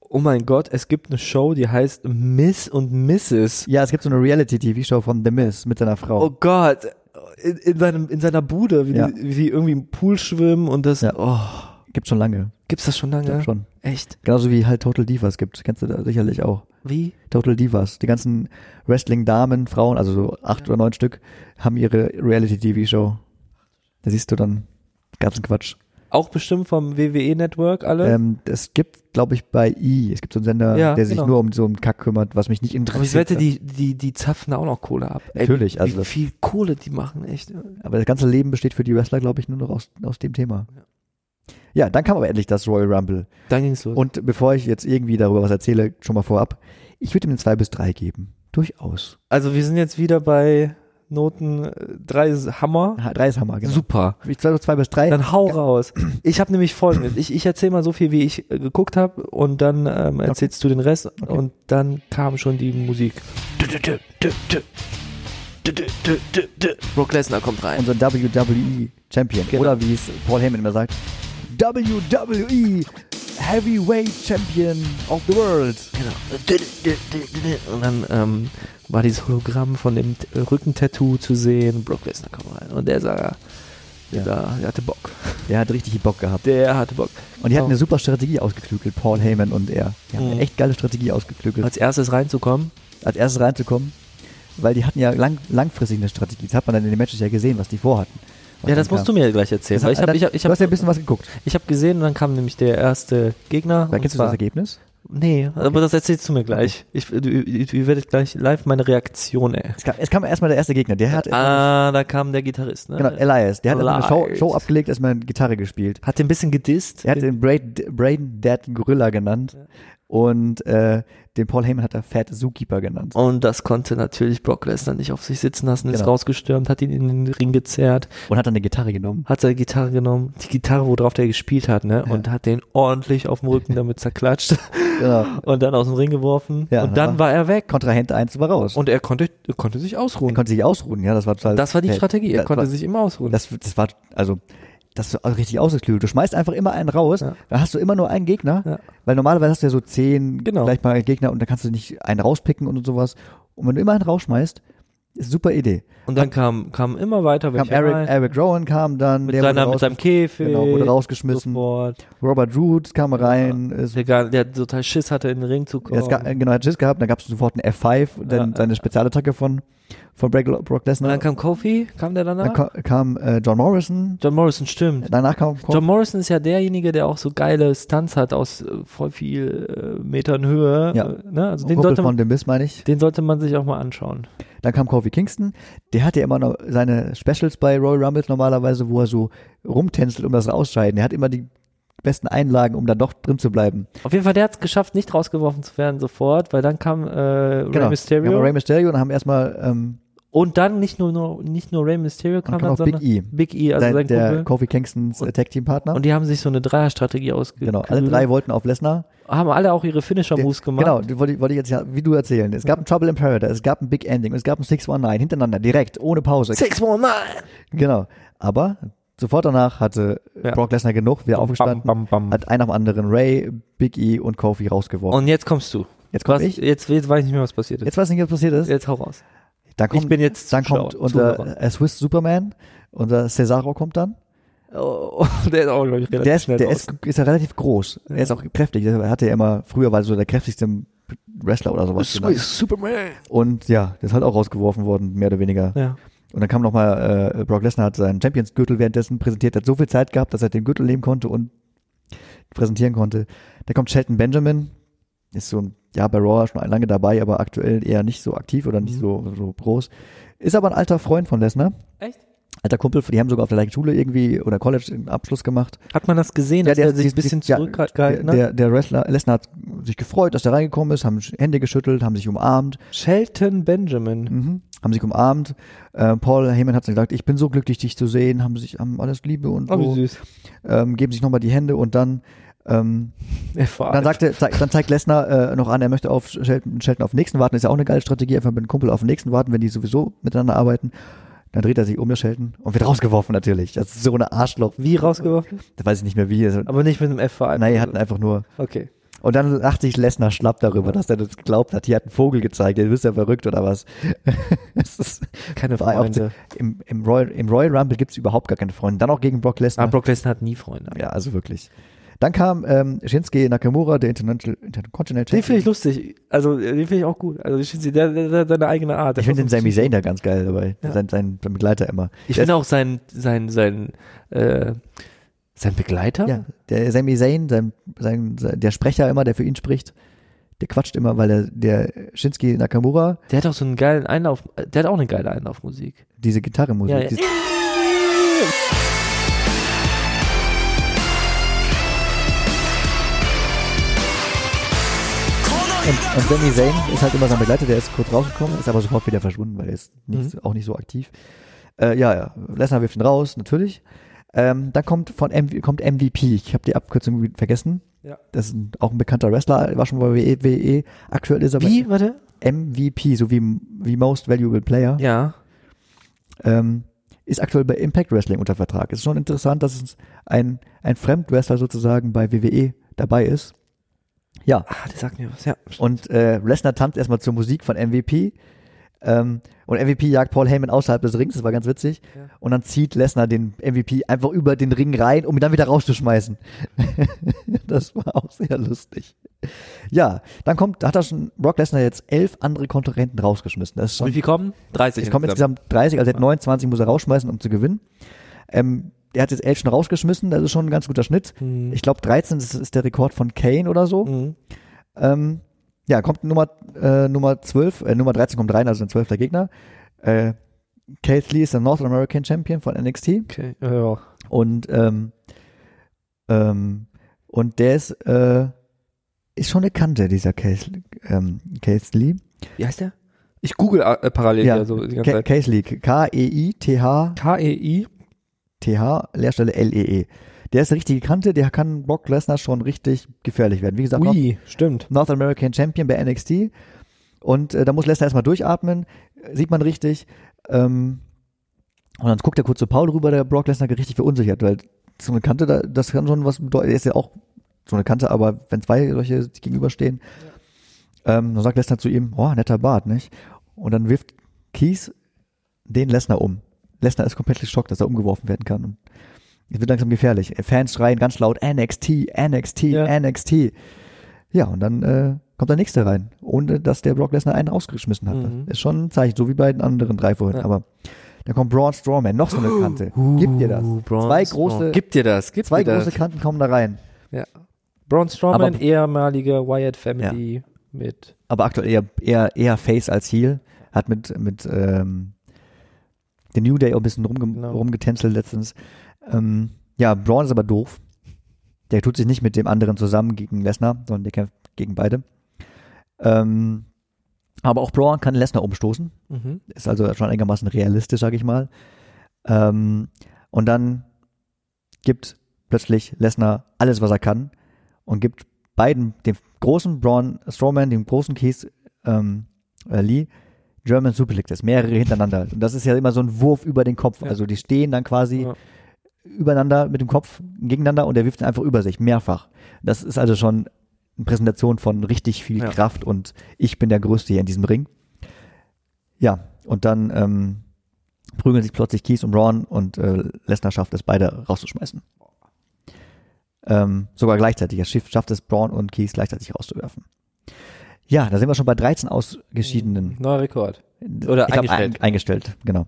[SPEAKER 1] oh mein Gott, es gibt eine Show, die heißt Miss und Mrs.
[SPEAKER 2] Ja, es gibt so eine Reality-TV-Show von The Miz mit seiner Frau.
[SPEAKER 1] Oh Gott, in, in, seinem, in seiner Bude, wie,
[SPEAKER 2] Ja.
[SPEAKER 1] die, wie die irgendwie im Pool schwimmen und das,
[SPEAKER 2] Ja.
[SPEAKER 1] oh,
[SPEAKER 2] Gibt schon lange.
[SPEAKER 1] gibt's das schon
[SPEAKER 2] Ja.
[SPEAKER 1] lange?
[SPEAKER 2] Schon.
[SPEAKER 1] Echt?
[SPEAKER 2] Genauso wie halt Total Divas gibt. Kennst du da sicherlich auch.
[SPEAKER 1] Wie?
[SPEAKER 2] Total Divas. Die ganzen Wrestling-Damen, Frauen, also so acht oder neun Stück, haben ihre Reality-TV-Show. Da siehst du dann ganzen Quatsch.
[SPEAKER 1] Auch bestimmt vom WWE-Network alle?
[SPEAKER 2] Ähm, es gibt, glaube ich, bei I, es gibt so einen Sender,
[SPEAKER 1] Ja,
[SPEAKER 2] der sich
[SPEAKER 1] genau.
[SPEAKER 2] nur um so einen Kack kümmert, was mich nicht
[SPEAKER 1] Aber ich
[SPEAKER 2] interessiert.
[SPEAKER 1] wette, die, die, die zapfen auch noch Kohle ab. Ey,
[SPEAKER 2] Natürlich,
[SPEAKER 1] wie,
[SPEAKER 2] also-
[SPEAKER 1] Wie viel Kohle die machen, echt.
[SPEAKER 2] Aber das ganze Leben besteht für die Wrestler, glaube ich, nur noch aus, aus dem Thema. Ja, dann kam aber endlich das Royal Rumble.
[SPEAKER 1] Dann ging's los.
[SPEAKER 2] Und bevor ich jetzt irgendwie darüber was erzähle, schon mal vorab, ich würde ihm eine 2 bis 3 geben. Durchaus.
[SPEAKER 1] also wir sind jetzt wieder bei Noten 3 Hammer.
[SPEAKER 2] Ha- 3 ist Hammer, genau.
[SPEAKER 1] Super.
[SPEAKER 2] Ich sage 2 bis 3.
[SPEAKER 1] Dann hau raus. Ich habe nämlich folgendes. Ich, ich erzähle mal so viel, wie ich äh, geguckt habe und dann ähm, erzählst du den Rest und dann kam schon die Musik. Brock Lesnar kommt rein.
[SPEAKER 2] Unser WWE E Champion.
[SPEAKER 1] Genau.
[SPEAKER 2] Oder wie es Paul Heyman immer sagt, WWE Heavyweight Champion of the World.
[SPEAKER 1] Genau. Und dann ähm, war dieses Hologramm von dem T- äh, Rückentattoo zu sehen. Brock Lesnar kommt rein. Und der sah, der,
[SPEAKER 2] Ja.
[SPEAKER 1] sah- der hatte Bock.
[SPEAKER 2] Der hat richtig Bock gehabt.
[SPEAKER 1] Der hatte Bock.
[SPEAKER 2] Und die hatten
[SPEAKER 1] Oh.
[SPEAKER 2] eine super Strategie ausgeklügelt, Paul Heyman und er. Die haben
[SPEAKER 1] Mhm.
[SPEAKER 2] eine echt geile Strategie ausgeklügelt,
[SPEAKER 1] Als erstes reinzukommen.
[SPEAKER 2] als erstes reinzukommen. Weil die hatten ja lang, langfristig eine Strategie. Das hat man dann in den Matches ja gesehen, was die vorhatten.
[SPEAKER 1] Ja, das musst du mir gleich erzählen. Weil ich hab, ich hab, ich
[SPEAKER 2] Äh, du
[SPEAKER 1] hab,
[SPEAKER 2] hast ja ein bisschen was geguckt.
[SPEAKER 1] Ich habe gesehen und dann kam nämlich der erste Gegner.
[SPEAKER 2] Da
[SPEAKER 1] und
[SPEAKER 2] kennst du das
[SPEAKER 1] zwar-
[SPEAKER 2] Ergebnis?
[SPEAKER 1] Nee, aber das erzählst du mir gleich. Ich, du- ihr ihr werdet gleich live meine Reaktion, ey.
[SPEAKER 2] Es kam, es kam erstmal der erste Gegner, der hat
[SPEAKER 1] Ah, da kam der Gitarrist, ne?
[SPEAKER 2] genau, Elias, der hat erstmal eine Show,
[SPEAKER 1] Elias.
[SPEAKER 2] Show abgelegt, erstmal Gitarre gespielt.
[SPEAKER 1] Hat den ein bisschen gedisst.
[SPEAKER 2] Er hat den Braid, Braden Dead Gorilla genannt Und äh, den Paul Heyman hat er Fat Zookeeper genannt.
[SPEAKER 1] Und das konnte natürlich Brock Lesnar nicht auf sich sitzen lassen, ist
[SPEAKER 2] Genau.
[SPEAKER 1] rausgestürmt, hat ihn in den Ring gezerrt,
[SPEAKER 2] Und hat dann eine Gitarre genommen.
[SPEAKER 1] hat seine Gitarre genommen, die Gitarre, worauf der gespielt hat, ne? Und hat den ordentlich auf dem Rücken damit zerklatscht
[SPEAKER 2] Genau.
[SPEAKER 1] und dann aus dem Ring geworfen.
[SPEAKER 2] Ja,
[SPEAKER 1] und dann war er weg.
[SPEAKER 2] Kontrahent 1 war raus.
[SPEAKER 1] Und er konnte, er konnte sich
[SPEAKER 2] er
[SPEAKER 1] ausruhen.
[SPEAKER 2] konnte sich ausruhen, ja, das war total.
[SPEAKER 1] Das war die
[SPEAKER 2] Ja,
[SPEAKER 1] Strategie. Er
[SPEAKER 2] das
[SPEAKER 1] konnte
[SPEAKER 2] war-
[SPEAKER 1] sich immer ausruhen.
[SPEAKER 2] Das, das war, also, das ist auch richtig ausgeklügelt. Du schmeißt einfach immer einen raus,
[SPEAKER 1] Ja.
[SPEAKER 2] dann hast du immer nur einen Gegner,
[SPEAKER 1] Ja.
[SPEAKER 2] weil normalerweise hast du ja so zehn
[SPEAKER 1] Genau.
[SPEAKER 2] gleich mal einen Gegner und dann kannst du nicht einen rauspicken und sowas. Und wenn du immer einen rausschmeißt, ist super Idee.
[SPEAKER 1] und dann kam, kam immer weiter
[SPEAKER 2] Kam
[SPEAKER 1] welche rein.
[SPEAKER 2] Eric, Eric Rowan kam dann,
[SPEAKER 1] mit, seiner,
[SPEAKER 2] wurde
[SPEAKER 1] mit seinem
[SPEAKER 2] rausgeschmissen.
[SPEAKER 1] Käfig.
[SPEAKER 2] Genau, wurde rausgeschmissen.
[SPEAKER 1] Sofort.
[SPEAKER 2] Robert Root kam rein, ist,
[SPEAKER 1] Der, gar, der total Schiss hatte, in den Ring zu
[SPEAKER 2] er
[SPEAKER 1] kommen.
[SPEAKER 2] ist ga- genau, hat Schiss gehabt, dann gab es sofort einen F5, dann
[SPEAKER 1] Ja,
[SPEAKER 2] seine Spezialattacke von, von Brock Brock
[SPEAKER 1] und
[SPEAKER 2] Lesnar.
[SPEAKER 1] dann kam Kofi, kam der danach?
[SPEAKER 2] Dann ka kam äh, John Morrison,
[SPEAKER 1] John Morrison, stimmt.
[SPEAKER 2] danach kam
[SPEAKER 1] John Morrison ist ja derjenige, der auch so geile Stunts hat aus äh, voll viel äh, Metern Höhe.
[SPEAKER 2] Ja.
[SPEAKER 1] Äh, ne? also den,
[SPEAKER 2] Kumpel
[SPEAKER 1] sollte
[SPEAKER 2] von
[SPEAKER 1] man,
[SPEAKER 2] dem Miss, meine ich.
[SPEAKER 1] den sollte man sich auch mal anschauen.
[SPEAKER 2] Dann kam Kofi Kingston, der hatte ja immer noch seine Specials bei Royal Rumbles normalerweise, wo er so rumtänzelt um das Ausscheiden. Er hat immer die besten Einlagen, um dann doch drin zu bleiben.
[SPEAKER 1] Auf jeden Fall, der hat es geschafft, nicht rausgeworfen zu werden sofort, weil dann kam äh, Rey
[SPEAKER 2] Dann
[SPEAKER 1] Mysterio.
[SPEAKER 2] haben wir Genau. Rey Mysterio und haben erstmal ähm,
[SPEAKER 1] und dann nicht nur, nur, nicht nur Rey Mysterio kam,
[SPEAKER 2] dann kam
[SPEAKER 1] dann,
[SPEAKER 2] auch
[SPEAKER 1] sondern
[SPEAKER 2] Big E,
[SPEAKER 1] Big E, also
[SPEAKER 2] sein,
[SPEAKER 1] sein
[SPEAKER 2] der
[SPEAKER 1] Kumpel.
[SPEAKER 2] Kofi Kingstons äh, Tag Team Partner.
[SPEAKER 1] Und die haben sich so eine Dreierstrategie ausgeklügelt.
[SPEAKER 2] genau, alle drei wollten auf Lesnar.
[SPEAKER 1] Haben alle auch ihre Finisher-Moves gemacht.
[SPEAKER 2] Genau, die wollte, ich- wollte ich jetzt ja, wie du erzählen. Es gab ein Trouble in Paradise, es gab ein Big Ending, es gab ein 619 hintereinander, direkt, ohne Pause.
[SPEAKER 1] 619!
[SPEAKER 2] Genau. Aber sofort danach hatte
[SPEAKER 1] Ja.
[SPEAKER 2] Brock Lesnar genug, wieder aufgestanden,
[SPEAKER 1] bam, bam.
[SPEAKER 2] hat einen nach dem anderen Ray, Big E und Kofi rausgeworfen.
[SPEAKER 1] Und jetzt kommst du.
[SPEAKER 2] jetzt komm
[SPEAKER 1] Was,
[SPEAKER 2] ich.
[SPEAKER 1] jetzt, jetzt weiß ich nicht mehr, was passiert ist.
[SPEAKER 2] Jetzt weiß ich nicht, was passiert ist.
[SPEAKER 1] jetzt hau raus.
[SPEAKER 2] Dann kommt,
[SPEAKER 1] ich bin jetzt
[SPEAKER 2] dann
[SPEAKER 1] Zuschauer,
[SPEAKER 2] kommt unser
[SPEAKER 1] Zuhörer.
[SPEAKER 2] äh, Swiss Superman, unser Cesaro kommt dann.
[SPEAKER 1] Oh, oh, der ist auch, glaube ich, relativ
[SPEAKER 2] Der ist,
[SPEAKER 1] schnell
[SPEAKER 2] der
[SPEAKER 1] raus.
[SPEAKER 2] ist, ist ja relativ groß. Er ist auch kräftig. Der hatte ja immer, früher war er so der kräftigste Wrestler oder sowas. genannt.
[SPEAKER 1] Superman.
[SPEAKER 2] Und ja, der ist halt auch rausgeworfen worden, mehr oder weniger.
[SPEAKER 1] Ja.
[SPEAKER 2] Und dann kam nochmal, äh, Brock Lesnar hat seinen Champions-Gürtel währenddessen präsentiert, hat so viel Zeit gehabt, dass er den Gürtel nehmen konnte und präsentieren konnte. Da kommt Shelton Benjamin, ist so ein, ja, bei Raw schon lange dabei, aber aktuell eher nicht so aktiv oder
[SPEAKER 1] Mhm.
[SPEAKER 2] nicht so, so groß. Ist aber ein alter Freund von Lesnar,
[SPEAKER 1] Echt?
[SPEAKER 2] alter Kumpel, die haben sogar auf der gleichen Schule irgendwie oder College einen Abschluss gemacht.
[SPEAKER 1] Hat man das gesehen, dass
[SPEAKER 2] Ja,
[SPEAKER 1] er sich ein
[SPEAKER 2] die-
[SPEAKER 1] bisschen
[SPEAKER 2] die- ja,
[SPEAKER 1] zurückgehalten hat? ne?
[SPEAKER 2] Der, der Wrestler, Lesnar hat sich gefreut, dass er reingekommen ist, haben Hände geschüttelt, haben sich umarmt,
[SPEAKER 1] Shelton Benjamin.
[SPEAKER 2] Mhm. Haben sich umarmt. Äh, Paul Heyman hat gesagt, ich bin so glücklich, dich zu sehen. Haben sich haben alles Liebe und
[SPEAKER 1] Oh,
[SPEAKER 2] so.
[SPEAKER 1] wie süß.
[SPEAKER 2] Ähm, geben sich nochmal die Hände und dann, ähm,
[SPEAKER 1] Er war
[SPEAKER 2] dann, sagte, zeig, dann zeigt Lesnar äh, noch an, er möchte auf Shelton, Shelton auf den nächsten warten. Ist ja auch eine geile Strategie, einfach mit einem Kumpel auf den nächsten warten, wenn die sowieso miteinander arbeiten. Dann dreht er sich um, der Shelton, und wird rausgeworfen natürlich. Das ist so eine Arschloch.
[SPEAKER 1] wie rausgeworfen?
[SPEAKER 2] Da weiß ich nicht mehr wie. Also,
[SPEAKER 1] Aber nicht mit einem F-Verein.
[SPEAKER 2] nein, die hatten einfach nur.
[SPEAKER 1] Okay.
[SPEAKER 2] Und dann lachte ich Lesnar schlapp darüber, dass er das geglaubt hat. Hier hat ein Vogel gezeigt, ihr wisst ja verrückt oder was. Es ist,
[SPEAKER 1] Keine
[SPEAKER 2] war auch,
[SPEAKER 1] Freunde.
[SPEAKER 2] im, im, Royal, Im Royal Rumble gibt's überhaupt gar keine Freunde. Dann auch gegen Brock
[SPEAKER 1] Ah,
[SPEAKER 2] Lesnar.
[SPEAKER 1] Brock Lesnar hat nie Freunde.
[SPEAKER 2] ja, also wirklich. Dann kam ähm, Shinsuke Nakamura, der Intercontinental, Intercontinental
[SPEAKER 1] Den finde ich
[SPEAKER 2] Champion.
[SPEAKER 1] lustig. Also, den finde ich auch gut. Also, ich finde, der, der, der hat seine eigene Art. Der
[SPEAKER 2] Ich finde den
[SPEAKER 1] versucht-
[SPEAKER 2] Sami Zayn da ganz geil dabei.
[SPEAKER 1] Ja.
[SPEAKER 2] Sein, sein, sein Begleiter immer.
[SPEAKER 1] Ich
[SPEAKER 2] Der
[SPEAKER 1] finde auch sein, sein, sein, äh, sein Begleiter?
[SPEAKER 2] Ja, der Sami Zayn, sein, sein, sein, der Sprecher immer, der für ihn spricht, der quatscht immer, weil der, der Shinsuke Nakamura
[SPEAKER 1] Der hat auch so einen geilen Einlauf, äh, der hat auch eine geile Einlaufmusik.
[SPEAKER 2] diese Gitarrenmusik,
[SPEAKER 1] Ja, ja.
[SPEAKER 2] diese- Und, und Sami Zayn ist halt immer sein Begleiter, der ist kurz rausgekommen, ist aber sofort wieder verschwunden, weil er ist nicht,
[SPEAKER 1] Mhm.
[SPEAKER 2] auch nicht so aktiv. Äh, ja, ja, Lesnar wirft ihn raus, natürlich. Ähm, dann kommt von MV, kommt MVP, ich habe die Abkürzung vergessen.
[SPEAKER 1] Ja.
[SPEAKER 2] Das ist ein, auch ein bekannter Wrestler, war schon bei WWE. E. Aktuell ist er
[SPEAKER 1] Wie, warte?
[SPEAKER 2] bei MVP, so wie, wie Most Valuable Player.
[SPEAKER 1] Ja.
[SPEAKER 2] Ähm, ist aktuell bei Impact Wrestling unter Vertrag. Ist schon interessant, dass es ein, ein Fremdwrestler sozusagen bei WWE dabei ist. Ja.
[SPEAKER 1] Ah, der sagt mir was, ja.
[SPEAKER 2] Und äh, Lesnar tanzt erstmal zur Musik von MVP. Ähm, und MVP jagt Paul Heyman außerhalb des Rings, das war ganz witzig.
[SPEAKER 1] Ja.
[SPEAKER 2] Und dann zieht Lesnar den MVP einfach über den Ring rein, um ihn dann wieder rauszuschmeißen. das war auch sehr lustig. Ja, dann kommt, hat er schon Brock Lesnar jetzt elf andere Kontrahenten rausgeschmissen. Das ist schon
[SPEAKER 1] Wie viel kommen? 30.
[SPEAKER 2] es kommen
[SPEAKER 1] insgesamt.
[SPEAKER 2] insgesamt 30, also er hat 29 muss er rausschmeißen, um zu gewinnen. Ähm, er hat jetzt 11 schon rausgeschmissen, das ist schon ein ganz guter Schnitt.
[SPEAKER 1] Mhm.
[SPEAKER 2] Ich glaube 13 ist, ist der Rekord von Kane oder so.
[SPEAKER 1] Mhm.
[SPEAKER 2] Ähm, ja, kommt Nummer, äh, Nummer 12, äh, Nummer 13 kommt rein, also ein 12. Gegner. Äh, Keith Lee ist der North American Champion von NXT
[SPEAKER 1] Okay, ja.
[SPEAKER 2] und ähm, ähm, und der ist äh, ist schon eine Kante, dieser Case, ähm, Case Lee.
[SPEAKER 1] Wie heißt der? Ich google äh, parallel ja, so die ganze
[SPEAKER 2] Ca-
[SPEAKER 1] Zeit.
[SPEAKER 2] Case Lee. E K-E-I-T-H,
[SPEAKER 1] K-E-I.
[SPEAKER 2] T-H, Leerstelle L-E-E. E Der ist eine richtige Kante, der kann Brock Lesnar schon richtig gefährlich werden. Wie gesagt, noch-
[SPEAKER 1] Ui, stimmt.
[SPEAKER 2] North American Champion bei NXT. Und äh, da muss Lesnar erstmal durchatmen, äh, sieht man richtig. Ähm, und dann guckt er kurz zu Paul rüber, der Brock Lesnar richtig verunsichert, weil so eine Kante, da- das kann schon was bedeuten. Er ist ja auch so eine Kante, aber wenn zwei solche sich gegenüberstehen, ähm, dann sagt Lesnar zu ihm, oh, netter Bart, nicht? Und dann wirft Kies den Lesnar um. Lesnar ist komplett geschockt, dass er umgeworfen werden kann. Und es wird langsam gefährlich. Fans schreien ganz laut, NXT, NXT,
[SPEAKER 1] Ja.
[SPEAKER 2] NXT. Ja, und dann äh, kommt der nächste rein, ohne dass der Brock Lesnar einen rausgeschmissen hat.
[SPEAKER 1] Mhm.
[SPEAKER 2] Das ist schon ein Zeichen, so wie bei den anderen drei vorhin.
[SPEAKER 1] Ja.
[SPEAKER 2] Aber da kommt Braun Strowman, noch so eine Kante. Gib dir das.
[SPEAKER 1] Uh, Braun
[SPEAKER 2] zwei
[SPEAKER 1] Strowman.
[SPEAKER 2] große,
[SPEAKER 1] Gib dir das. Gib
[SPEAKER 2] zwei
[SPEAKER 1] dir
[SPEAKER 2] große
[SPEAKER 1] das.
[SPEAKER 2] Kanten kommen da rein.
[SPEAKER 1] Braun Strowman,
[SPEAKER 2] Aber-
[SPEAKER 1] ehemaliger Wyatt Family mit.
[SPEAKER 2] Aber aktuell eher, eher, eher Face als Heel. Hat mit, mit ähm, The New Day auch ein bisschen rumge
[SPEAKER 1] Genau.
[SPEAKER 2] rumgetänzelt letztens. Ähm, ja, Braun ist aber doof. Der tut sich nicht mit dem anderen zusammen gegen Lesnar, sondern der kämpft gegen beide. Ähm, aber auch Braun kann Lesnar umstoßen.
[SPEAKER 1] Mhm.
[SPEAKER 2] Ist also schon einigermaßen realistisch, sag ich mal. Ähm, und dann gibt plötzlich Lesnar alles, was er kann und gibt beiden, dem großen Braun Strowman, dem großen Keith ähm, äh, Lee, German Superlick, das mehrere hintereinander. Und das ist ja immer so ein Wurf über den Kopf.
[SPEAKER 1] Ja.
[SPEAKER 2] Also die stehen dann quasi
[SPEAKER 1] Ja.
[SPEAKER 2] übereinander mit dem Kopf gegeneinander und er wirft ihn einfach über sich, mehrfach. Das ist also schon eine Präsentation von richtig viel
[SPEAKER 1] Ja.
[SPEAKER 2] Kraft und ich bin der Größte hier in diesem Ring. Ja, und dann ähm, prügeln sich plötzlich Keys und Braun und äh, Lesnar schafft es, beide rauszuschmeißen. Ähm, sogar gleichzeitig. Er schiff- schafft es, Braun und Keys gleichzeitig rauszuwerfen. Ja, da sind wir schon bei 13 ausgeschiedenen
[SPEAKER 1] Ähm, Neuer Rekord. Oder
[SPEAKER 2] ich glaub,
[SPEAKER 1] eingestellt.
[SPEAKER 2] Ein, eingestellt, genau.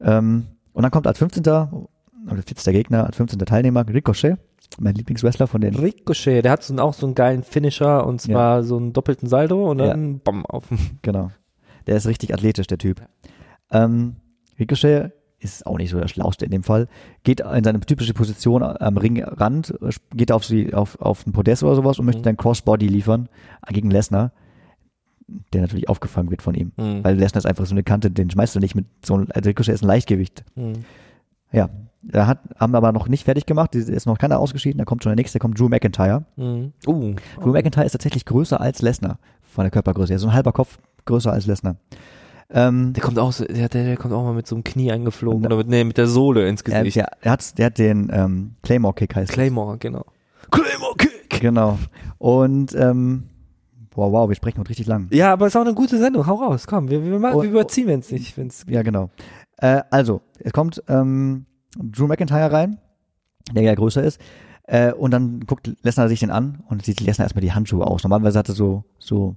[SPEAKER 2] Ähm, und dann kommt als 15. oder 14. Gegner, als 15. Teilnehmer Ricochet, mein Lieblingswrestler von den.
[SPEAKER 1] Ricochet, der hat so einen, auch so einen geilen Finisher und zwar so einen doppelten Saldo und dann bam auf.
[SPEAKER 2] Genau. Der ist richtig athletisch, der Typ. Ähm, Ricochet ist auch nicht so der Schlauste in dem Fall. Geht in seine typische Position am Ringrand, geht auf, sie, auf, auf ein Podest oder sowas und
[SPEAKER 1] Mhm.
[SPEAKER 2] möchte dann Crossbody liefern gegen Lesnar, der natürlich aufgefangen wird von ihm.
[SPEAKER 1] Mhm.
[SPEAKER 2] Weil Lesnar ist einfach so eine Kante, den schmeißt du nicht mit so einem, also Ricochet ist ein Leichtgewicht.
[SPEAKER 1] Mhm.
[SPEAKER 2] Ja, da hat, haben aber noch nicht fertig gemacht. Es ist noch keiner ausgeschieden. Da kommt schon der nächste, kommt Drew McIntyre.
[SPEAKER 1] Mhm. Uh.
[SPEAKER 2] Drew McIntyre ist tatsächlich größer als Lesnar von der Körpergröße. Er ist so ein halber Kopf größer als Lesnar. Ähm,
[SPEAKER 1] Der kommt auch, so, der, der der kommt auch mal mit so einem Knie eingeflogen
[SPEAKER 2] Und-
[SPEAKER 1] oder mit, nee, mit der Sohle ins
[SPEAKER 2] er,
[SPEAKER 1] Gesicht.
[SPEAKER 2] äh, der, er, hat, der hat den ähm, Claymore-Kick heißt.
[SPEAKER 1] Claymore, genau. Claymore Kick.
[SPEAKER 2] genau. Und ähm, wow, wow, wir sprechen heute richtig lang.
[SPEAKER 1] Ja, aber ist auch eine gute Sendung. Hau raus, komm, wir, wir, machen,
[SPEAKER 2] Oh,
[SPEAKER 1] wir überziehen, wenn es nicht, wenn's
[SPEAKER 2] Ja, genau. Äh, also, es kommt ähm, Drew McIntyre rein, der ja größer ist. Äh, und dann guckt Lesnar sich den an und sieht Lesnar erstmal die Handschuhe aus. Normalerweise hatte so, so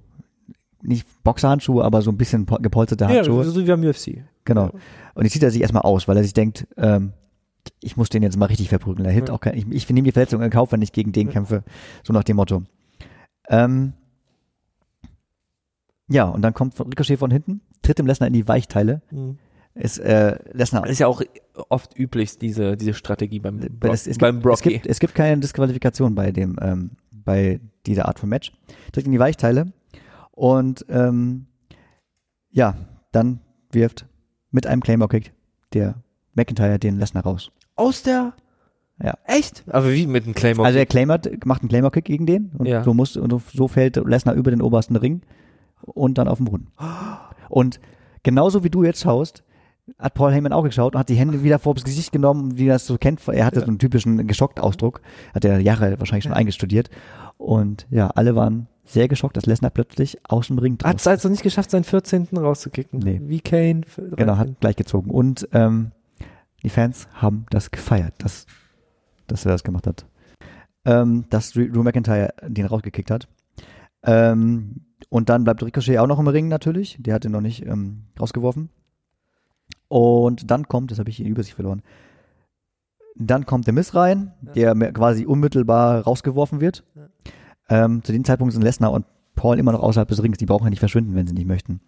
[SPEAKER 2] nicht Boxerhandschuhe, aber so ein bisschen po- gepolsterte
[SPEAKER 1] Ja,
[SPEAKER 2] Handschuhe.
[SPEAKER 1] so so wie am UFC.
[SPEAKER 2] genau. Und die zieht er sich erstmal aus, weil er sich denkt, ähm, ich muss den jetzt mal richtig verprügeln. Er hilft
[SPEAKER 1] Ja.
[SPEAKER 2] auch kein, ich, ich nehme die Verletzung in Kauf, wenn ich gegen den kämpfe. So nach dem Motto. Ähm, ja, und dann kommt Ricochet von hinten, tritt dem Lesnar in die Weichteile
[SPEAKER 1] Mhm.
[SPEAKER 2] ist äh, Lesnar.
[SPEAKER 1] Ist ja auch oft üblich, diese, diese Strategie beim, Brock,
[SPEAKER 2] es, es,
[SPEAKER 1] beim
[SPEAKER 2] gibt, es,
[SPEAKER 1] Brocky.
[SPEAKER 2] gibt, es gibt keine Disqualifikation bei dem ähm, bei dieser Art von Match. Tritt in die Weichteile und ähm, ja, dann wirft mit einem Claymore Kick der McIntyre den Lesnar raus.
[SPEAKER 1] Aus der.
[SPEAKER 2] Ja.
[SPEAKER 1] Echt? Aber wie mit einem Claymore?
[SPEAKER 2] Also er claimert, macht einen Claymore Kick gegen den und
[SPEAKER 1] Ja.
[SPEAKER 2] so muss und so fällt Lesnar über den obersten Ring und dann auf den Boden. Und genauso wie du jetzt schaust, hat Paul Heyman auch geschaut und hat die Hände wieder vors Gesicht genommen, wie er das so kennt. Er hatte so einen typischen geschockt Ausdruck, hat er Jahre wahrscheinlich schon eingestudiert. Und ja, alle waren sehr geschockt, dass Lesnar plötzlich aus dem Ring
[SPEAKER 1] Hat
[SPEAKER 2] draußen.
[SPEAKER 1] es also nicht geschafft, seinen 14. rauszukicken.
[SPEAKER 2] Nee.
[SPEAKER 1] Wie Kane.
[SPEAKER 2] Genau, hat gleich gezogen. Und ähm, die Fans haben das gefeiert, dass, dass er das gemacht hat. Ähm, dass Drew Drew McIntyre den rausgekickt hat. Ähm, und dann bleibt Ricochet auch noch im Ring natürlich. Der hat ihn noch nicht ähm, rausgeworfen. Und dann kommt, das habe ich die Übersicht verloren. Dann kommt der Miss rein, der mir quasi unmittelbar rausgeworfen wird. Ähm, zu dem Zeitpunkt sind Lesnar und Paul immer noch außerhalb des Rings. Die brauchen ja nicht verschwinden, wenn sie nicht möchten.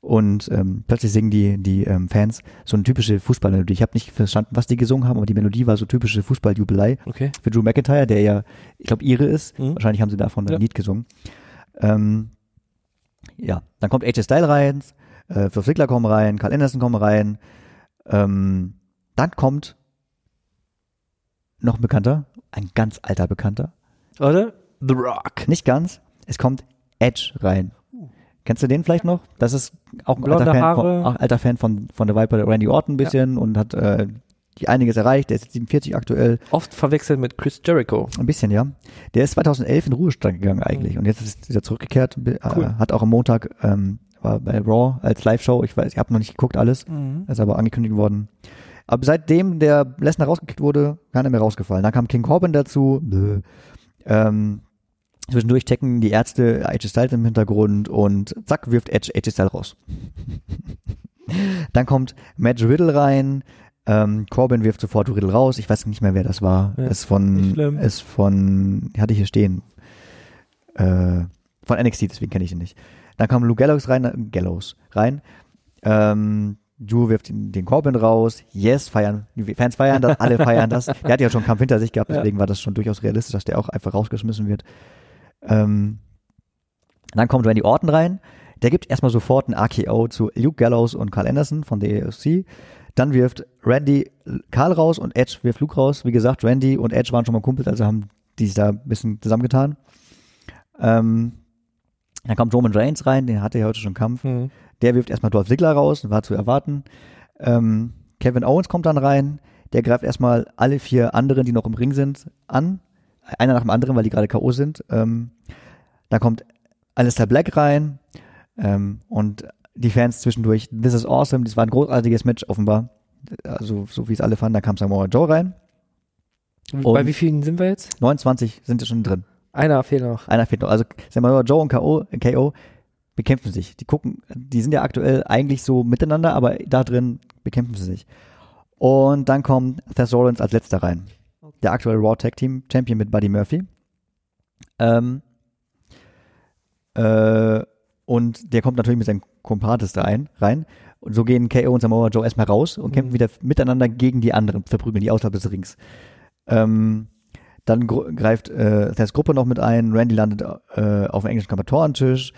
[SPEAKER 2] Und ähm, plötzlich singen die, die ähm, Fans so eine typische Fußballmelodie. Ich habe nicht verstanden, was die gesungen haben, aber die Melodie war so typische Fußballjubelei
[SPEAKER 1] Okay.
[SPEAKER 2] für Drew McIntyre, der ja, ich glaube, Ire ist.
[SPEAKER 1] Mhm.
[SPEAKER 2] Wahrscheinlich haben sie davon ein
[SPEAKER 1] Ja.
[SPEAKER 2] Lied gesungen. Ähm, ja, dann kommt AJ Style rein, äh, Flo Flickler kommen rein, Karl Anderson kommen rein. Ähm, dann kommt noch ein Bekannter, ein ganz alter Bekannter.
[SPEAKER 1] Oder? The Rock.
[SPEAKER 2] Nicht ganz, es kommt Edge rein. Kennst du den vielleicht noch? Das ist auch ein
[SPEAKER 1] Uh. Blonde
[SPEAKER 2] alter Fan, von,
[SPEAKER 1] Haare.
[SPEAKER 2] auch alter Fan von, von der Viper, Randy Orton ein bisschen und hat äh, die einiges erreicht. Der ist jetzt 47 aktuell.
[SPEAKER 1] Oft verwechselt mit Chris Jericho.
[SPEAKER 2] Ein bisschen, ja. Der ist 2011 in Ruhestand gegangen eigentlich und jetzt ist dieser zurückgekehrt. Be-
[SPEAKER 1] Mhm. Cool.
[SPEAKER 2] Äh, hat auch am Montag ähm, war bei Raw als Live-Show. Ich weiß, ich habe noch nicht geguckt alles,
[SPEAKER 1] Mhm.
[SPEAKER 2] ist aber angekündigt worden. Aber seitdem der Lesnar rausgekickt wurde, kann er mehr rausgefallen. Dann kam King Corbin dazu. Bäh. Ähm, zwischendurch checken die Ärzte AJ Styles im Hintergrund und zack wirft Edge AJ Styles raus. Dann kommt Matt Riddle rein. Ähm, Corbin wirft sofort Riddle raus. Ich weiß nicht mehr, wer das war.
[SPEAKER 1] Ja,
[SPEAKER 2] ist von
[SPEAKER 1] nicht schlimm.
[SPEAKER 2] ist von, hatte ich hier stehen. Äh, von NXT, deswegen kenne ich ihn nicht. Dann kam Lou Gallows rein, äh, Gallows rein. Ähm, Drew wirft den, den Corbin raus. Yes, feiern. Die Fans feiern das, alle feiern das. Der hat ja schon einen Kampf hinter sich gehabt,
[SPEAKER 1] Ja.
[SPEAKER 2] deswegen war das schon durchaus realistisch, dass der auch einfach rausgeschmissen wird. Ähm, dann kommt Randy Orton rein. Der gibt erstmal sofort ein AKO zu Luke Gallows und Carl Anderson von der AOC. Dann wirft Randy Carl raus und Edge wirft Luke raus. Wie gesagt, Randy und Edge waren schon mal Kumpels, also haben die sich da ein bisschen zusammengetan. Ähm, dann kommt Roman Reigns rein, den hatte ja heute schon einen Kampf.
[SPEAKER 1] Mhm.
[SPEAKER 2] Der wirft erstmal Dolph Ziggler raus, war zu erwarten. Ähm, Kevin Owens kommt dann rein, der greift erstmal alle vier anderen, die noch im Ring sind, an. Einer nach dem anderen, weil die gerade K.O. sind. Ähm, dann kommt Alistair Black rein ähm, und die Fans zwischendurch, this is awesome, das war ein großartiges Match offenbar. Also so wie es alle fanden, da kam Samoa Joe rein.
[SPEAKER 1] Bei wie vielen sind wir jetzt?
[SPEAKER 2] 29 sind ja schon drin.
[SPEAKER 1] Einer fehlt noch.
[SPEAKER 2] Einer fehlt noch. Also Samoa Joe und KO, äh, KO bekämpfen sich. Die gucken, die sind ja aktuell eigentlich so miteinander, aber da drin bekämpfen sie sich. Und dann kommt Seth Rollins als letzter rein. Der aktuelle Raw Tag Team Champion mit Buddy Murphy. Ähm, äh, und der kommt natürlich mit seinen Kompates da ein, rein. Und so gehen KO und Samoa Joe erstmal raus und kämpfen wieder miteinander gegen die anderen, verprügeln die außerhalb des Rings. Ähm, dann gr- greift äh, Seths Gruppe noch mit ein. Randy landet äh, auf dem englischen Kommentatoren-Tisch.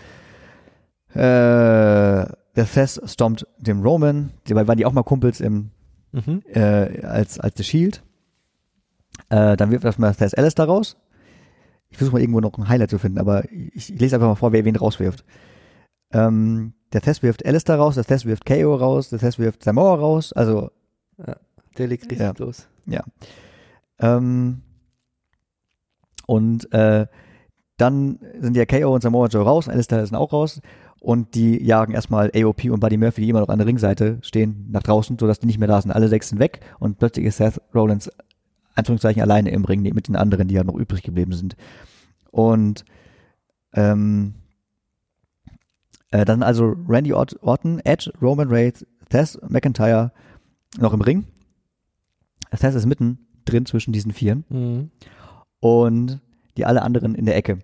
[SPEAKER 2] Äh, der Seth stompt dem Roman. Dabei waren die auch mal Kumpels im,
[SPEAKER 1] Mhm.
[SPEAKER 2] äh, als, als The Shield. Äh, dann wirft erstmal Seth Ellis da raus. Ich versuche mal irgendwo noch ein Highlight zu finden, aber ich, ich lese einfach mal vor, wer wen rauswirft. Ähm, der Test wirft Alice da raus, der Test wirft KO raus, der Test wirft Samoa raus, also
[SPEAKER 1] Der legt richtig
[SPEAKER 2] Ja.
[SPEAKER 1] los.
[SPEAKER 2] Ähm, und äh, dann sind ja KO und Samoa Joe raus, Alistair ist auch raus. Und die jagen erstmal AOP und Buddy Murphy, die immer noch an der Ringseite stehen, nach draußen, sodass die nicht mehr da sind. Alle sechs sind weg und plötzlich ist Seth Rollins, Anführungszeichen, alleine im Ring mit den anderen, die ja noch übrig geblieben sind. Und ähm, äh, dann also Randy Ort Orton, Edge, Roman Reigns, Tess McIntyre noch im Ring. Tess ist mitten drin zwischen diesen Vieren
[SPEAKER 1] Mhm.
[SPEAKER 2] und die alle anderen in der Ecke.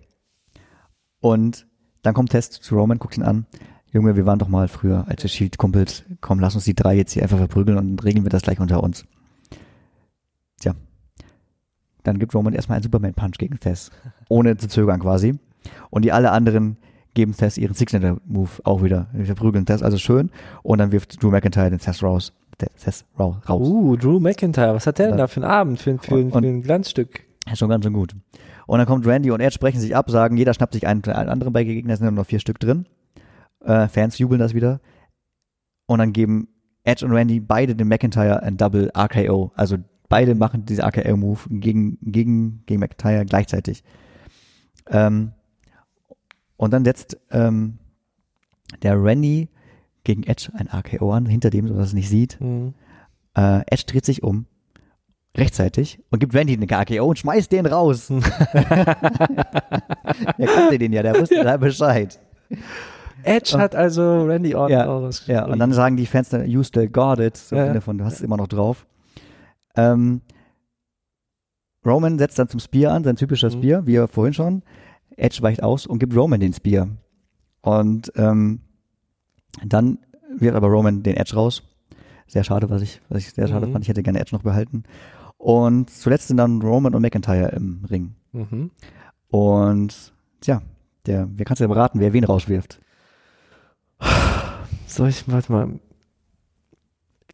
[SPEAKER 2] Und dann kommt Test zu Roman, guckt ihn an. Junge, wir waren doch mal früher als Shield-Kumpels. Komm, lass uns die drei jetzt hier einfach verprügeln und regeln wir das gleich unter uns. Tja. Dann gibt Roman erstmal einen Superman-Punch gegen Tess. Ohne zu zögern quasi. Und die alle anderen geben Tess ihren Signature-Move auch wieder. Wir verprügeln Tess also schön. Und dann wirft Drew McIntyre den Tess raus. Tess raus.
[SPEAKER 1] Uh, Drew McIntyre. Was hat der denn da für einen Abend, für, für, für,
[SPEAKER 2] Und-
[SPEAKER 1] ein Glanzstück?
[SPEAKER 2] Ist schon ganz schön gut. Und dann kommt Randy und Ed, sprechen sich ab, sagen, jeder schnappt sich einen, einen anderen beide Gegner, es sind nur noch vier Stück drin. Äh, Fans jubeln das wieder. Und dann geben Edge und Randy beide dem McIntyre ein Double RKO. Also beide machen diese RKO-Move gegen, gegen, gegen McIntyre gleichzeitig. Ähm, und dann setzt ähm, der Randy gegen Edge ein RKO an, hinter dem, sodass er es nicht sieht.
[SPEAKER 1] Mhm.
[SPEAKER 2] Äh, Edge dreht sich um rechtzeitig und gibt Randy eine KKO und schmeißt den raus. der kannte den ja, der wusste da Bescheid.
[SPEAKER 1] Edge hat also Randy Orton
[SPEAKER 2] Ja,
[SPEAKER 1] auch was
[SPEAKER 2] ja, und dann sagen die Fans, dann, you still got it, so
[SPEAKER 1] Ja.
[SPEAKER 2] im Sinne von, du hast es immer noch drauf. Ähm, Roman setzt dann zum Spear an, sein
[SPEAKER 1] Mhm.
[SPEAKER 2] typischer Spear, wie er vorhin schon. Edge weicht aus und gibt Roman den Spear. Und ähm, Dann wird aber Roman den Edge raus. Sehr schade, was ich, was ich sehr
[SPEAKER 1] Mhm.
[SPEAKER 2] schade fand. Ich hätte gerne Edge noch behalten. Und zuletzt sind dann Roman und McIntyre im Ring.
[SPEAKER 1] Mhm.
[SPEAKER 2] Und tja, der, wer kannst du ja beraten, wer wen rauswirft?
[SPEAKER 1] Soll ich, warte mal.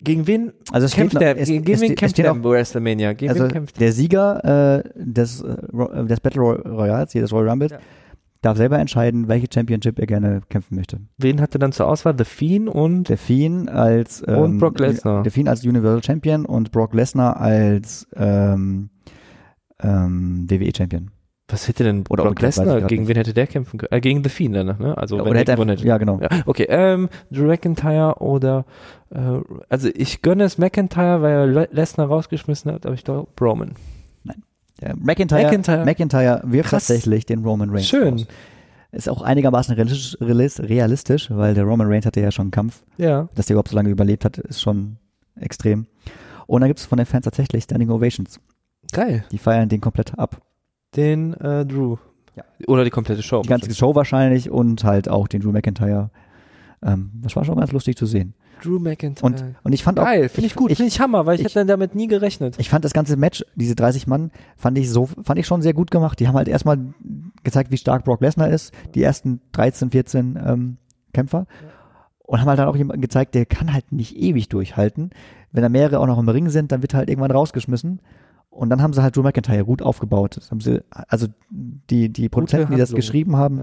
[SPEAKER 1] Gegen wen
[SPEAKER 2] Also es
[SPEAKER 1] kämpft
[SPEAKER 2] steht noch-
[SPEAKER 1] der,
[SPEAKER 2] es-
[SPEAKER 1] gegen
[SPEAKER 2] es
[SPEAKER 1] wen
[SPEAKER 2] steht- es
[SPEAKER 1] kämpft
[SPEAKER 2] steht
[SPEAKER 1] der
[SPEAKER 2] auch-
[SPEAKER 1] im WrestleMania? Gegen
[SPEAKER 2] also
[SPEAKER 1] wen kämpft
[SPEAKER 2] der Sieger äh, des, äh, Ro- äh, des Battle Roy- Royals, jedes Royal Rumble,
[SPEAKER 1] Ja.
[SPEAKER 2] darf selber entscheiden, welche Championship er gerne kämpfen möchte.
[SPEAKER 1] Wen hatte dann zur Auswahl? The Fiend und
[SPEAKER 2] Der Fiend als ähm,
[SPEAKER 1] Und Brock Lesnar.
[SPEAKER 2] Der Fiend als Universal Champion und Brock Lesnar als ähm, ähm, WWE Champion.
[SPEAKER 1] was hätte denn
[SPEAKER 2] Oder
[SPEAKER 1] Brock
[SPEAKER 2] umgekehrt, weiß ich
[SPEAKER 1] Lesnar?
[SPEAKER 2] grad
[SPEAKER 1] Gegen
[SPEAKER 2] nicht.
[SPEAKER 1] wen hätte der kämpfen können? Äh, gegen The Fiend dann, ne? Also wenn
[SPEAKER 2] Oder
[SPEAKER 1] er
[SPEAKER 2] hätte
[SPEAKER 1] gewonnen
[SPEAKER 2] einfach,
[SPEAKER 1] hätte.
[SPEAKER 2] ja, genau.
[SPEAKER 1] Ja, okay, ähm, Drew McIntyre oder äh, also ich gönne es McIntyre, weil er Le- Lesnar rausgeschmissen hat, aber ich glaube Roman.
[SPEAKER 2] Ja, McIntyre,
[SPEAKER 1] McIntyre.
[SPEAKER 2] McIntyre, wirft
[SPEAKER 1] Krass.
[SPEAKER 2] tatsächlich den Roman Reigns.
[SPEAKER 1] Schön.
[SPEAKER 2] raus. Ist auch einigermaßen realistisch, realis- realistisch, weil der Roman Reigns hatte ja schon einen Kampf.
[SPEAKER 1] Ja.
[SPEAKER 2] Dass der überhaupt so lange überlebt hat, ist schon extrem. Und dann gibt es von den Fans tatsächlich Standing Ovations.
[SPEAKER 1] Geil.
[SPEAKER 2] Die feiern den komplett ab.
[SPEAKER 1] Den äh, Drew.
[SPEAKER 2] Ja.
[SPEAKER 1] Oder die komplette Show.
[SPEAKER 2] Die ganze Show wahrscheinlich und halt auch den Drew McIntyre. Ähm, das war schon ganz lustig zu sehen.
[SPEAKER 1] Drew McIntyre.
[SPEAKER 2] Und, und ich fand auch,
[SPEAKER 1] Geil, finde ich gut, finde ich Hammer, weil ich,
[SPEAKER 2] ich-
[SPEAKER 1] hätte damit nie gerechnet.
[SPEAKER 2] Ich fand das ganze Match, diese 30 Mann, fand ich so, fand ich schon sehr gut gemacht. Die haben halt erstmal gezeigt, wie stark Brock Lesnar ist, die ersten 13, 14 ähm, Kämpfer. Und haben halt dann auch jemanden gezeigt, der kann halt nicht ewig durchhalten. Wenn da mehrere auch noch im Ring sind, dann wird er halt irgendwann rausgeschmissen. Und dann haben sie halt Drew McIntyre gut aufgebaut. Das haben sie, also die, die Produzenten, die das
[SPEAKER 1] Handlung.
[SPEAKER 2] geschrieben haben,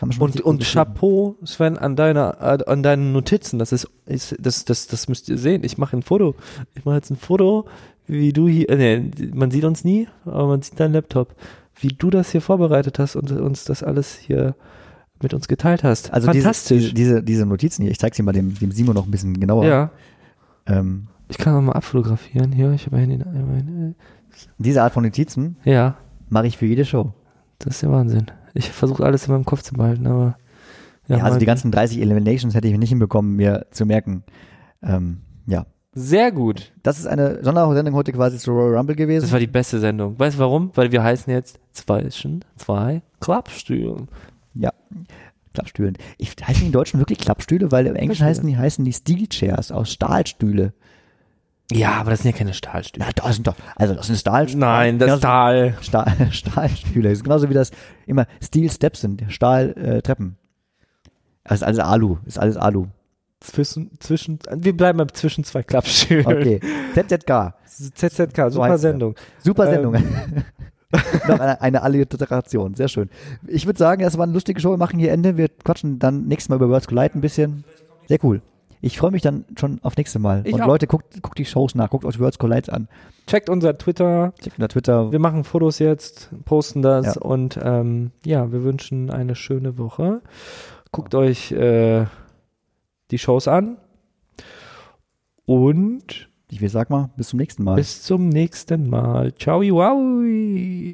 [SPEAKER 2] haben schon
[SPEAKER 1] Und,
[SPEAKER 2] richtig
[SPEAKER 1] und
[SPEAKER 2] gut geschrieben.
[SPEAKER 1] Chapeau, Sven, an deiner, äh, an deinen Notizen. Das ist, ist das, das, das müsst ihr sehen. Ich mache ein Foto. Ich mache jetzt ein Foto, wie du hier, äh, nee, man sieht uns nie, aber man sieht deinen Laptop. Wie du das hier vorbereitet hast und uns das alles hier mit uns geteilt hast.
[SPEAKER 2] Also diese,
[SPEAKER 1] Fantastisch.
[SPEAKER 2] diese, diese, diese Notizen hier, ich zeig's dir mal dem, dem Simon noch ein bisschen genauer.
[SPEAKER 1] ja.
[SPEAKER 2] Ähm,
[SPEAKER 1] Ich kann auch mal abfotografieren hier. Ich habe Handy. mein-
[SPEAKER 2] diese Art von Notizen
[SPEAKER 1] äh, Ja,
[SPEAKER 2] mache ich für jede Show.
[SPEAKER 1] das ist der Wahnsinn. Ich versuche alles in meinem Kopf zu behalten, aber.
[SPEAKER 2] Ja, also
[SPEAKER 1] mal-
[SPEAKER 2] die ganzen 30 Eliminations hätte ich nicht hinbekommen, mir zu merken. Ähm, ja.
[SPEAKER 1] Sehr gut.
[SPEAKER 2] Das ist eine Sondersendung heute quasi zu Royal Rumble
[SPEAKER 1] Das
[SPEAKER 2] gewesen.
[SPEAKER 1] war die beste Sendung. Weißt du warum? Weil wir heißen jetzt zwischen zwei Klappstühlen.
[SPEAKER 2] Ja. Klappstühlen. Ich heißen die in Deutschen wirklich Klappstühle, weil im Englischen heißen die, heißen die Steel Chairs aus Stahlstühle.
[SPEAKER 1] Ja, aber das sind ja keine Stahlstühle. also
[SPEAKER 2] Na, das sind doch, also das sind Stahlstühle.
[SPEAKER 1] Nein, das
[SPEAKER 2] Stahl
[SPEAKER 1] Stahl.
[SPEAKER 2] Stahl Stahlstühle. Das ist genauso wie das immer Steel Steps sind, Stahltreppen. Äh, Treppen. das ist alles Alu, ist alles Alu.
[SPEAKER 1] Zwischen, zwischen, wir bleiben beim zwischen zwei Klappstühlen.
[SPEAKER 2] Okay. ZZK.
[SPEAKER 1] ZZK,
[SPEAKER 2] So
[SPEAKER 1] super
[SPEAKER 2] heißt er.
[SPEAKER 1] Sendung.
[SPEAKER 2] Super
[SPEAKER 1] Ähm.
[SPEAKER 2] Sendung. Noch eine, eine Alliteration, sehr schön. Ich würde sagen, das war eine lustige Show. Wir machen hier Ende. Wir quatschen dann nächstes Mal über Worlds Collide ein bisschen. Sehr cool. Ich freue mich dann schon auf nächste Mal.
[SPEAKER 1] Ich
[SPEAKER 2] Und
[SPEAKER 1] auch.
[SPEAKER 2] Leute, guckt, guckt die Shows nach, guckt euch Worlds Collide an.
[SPEAKER 1] Checkt unser Twitter.
[SPEAKER 2] Checkt unter Twitter.
[SPEAKER 1] Wir machen Fotos jetzt, posten das
[SPEAKER 2] Ja.
[SPEAKER 1] und ähm, ja, wir wünschen eine schöne Woche. Guckt euch äh, die Shows an und
[SPEAKER 2] Ich will sag mal, bis zum nächsten Mal.
[SPEAKER 1] bis zum nächsten Mal. Ciao, wow.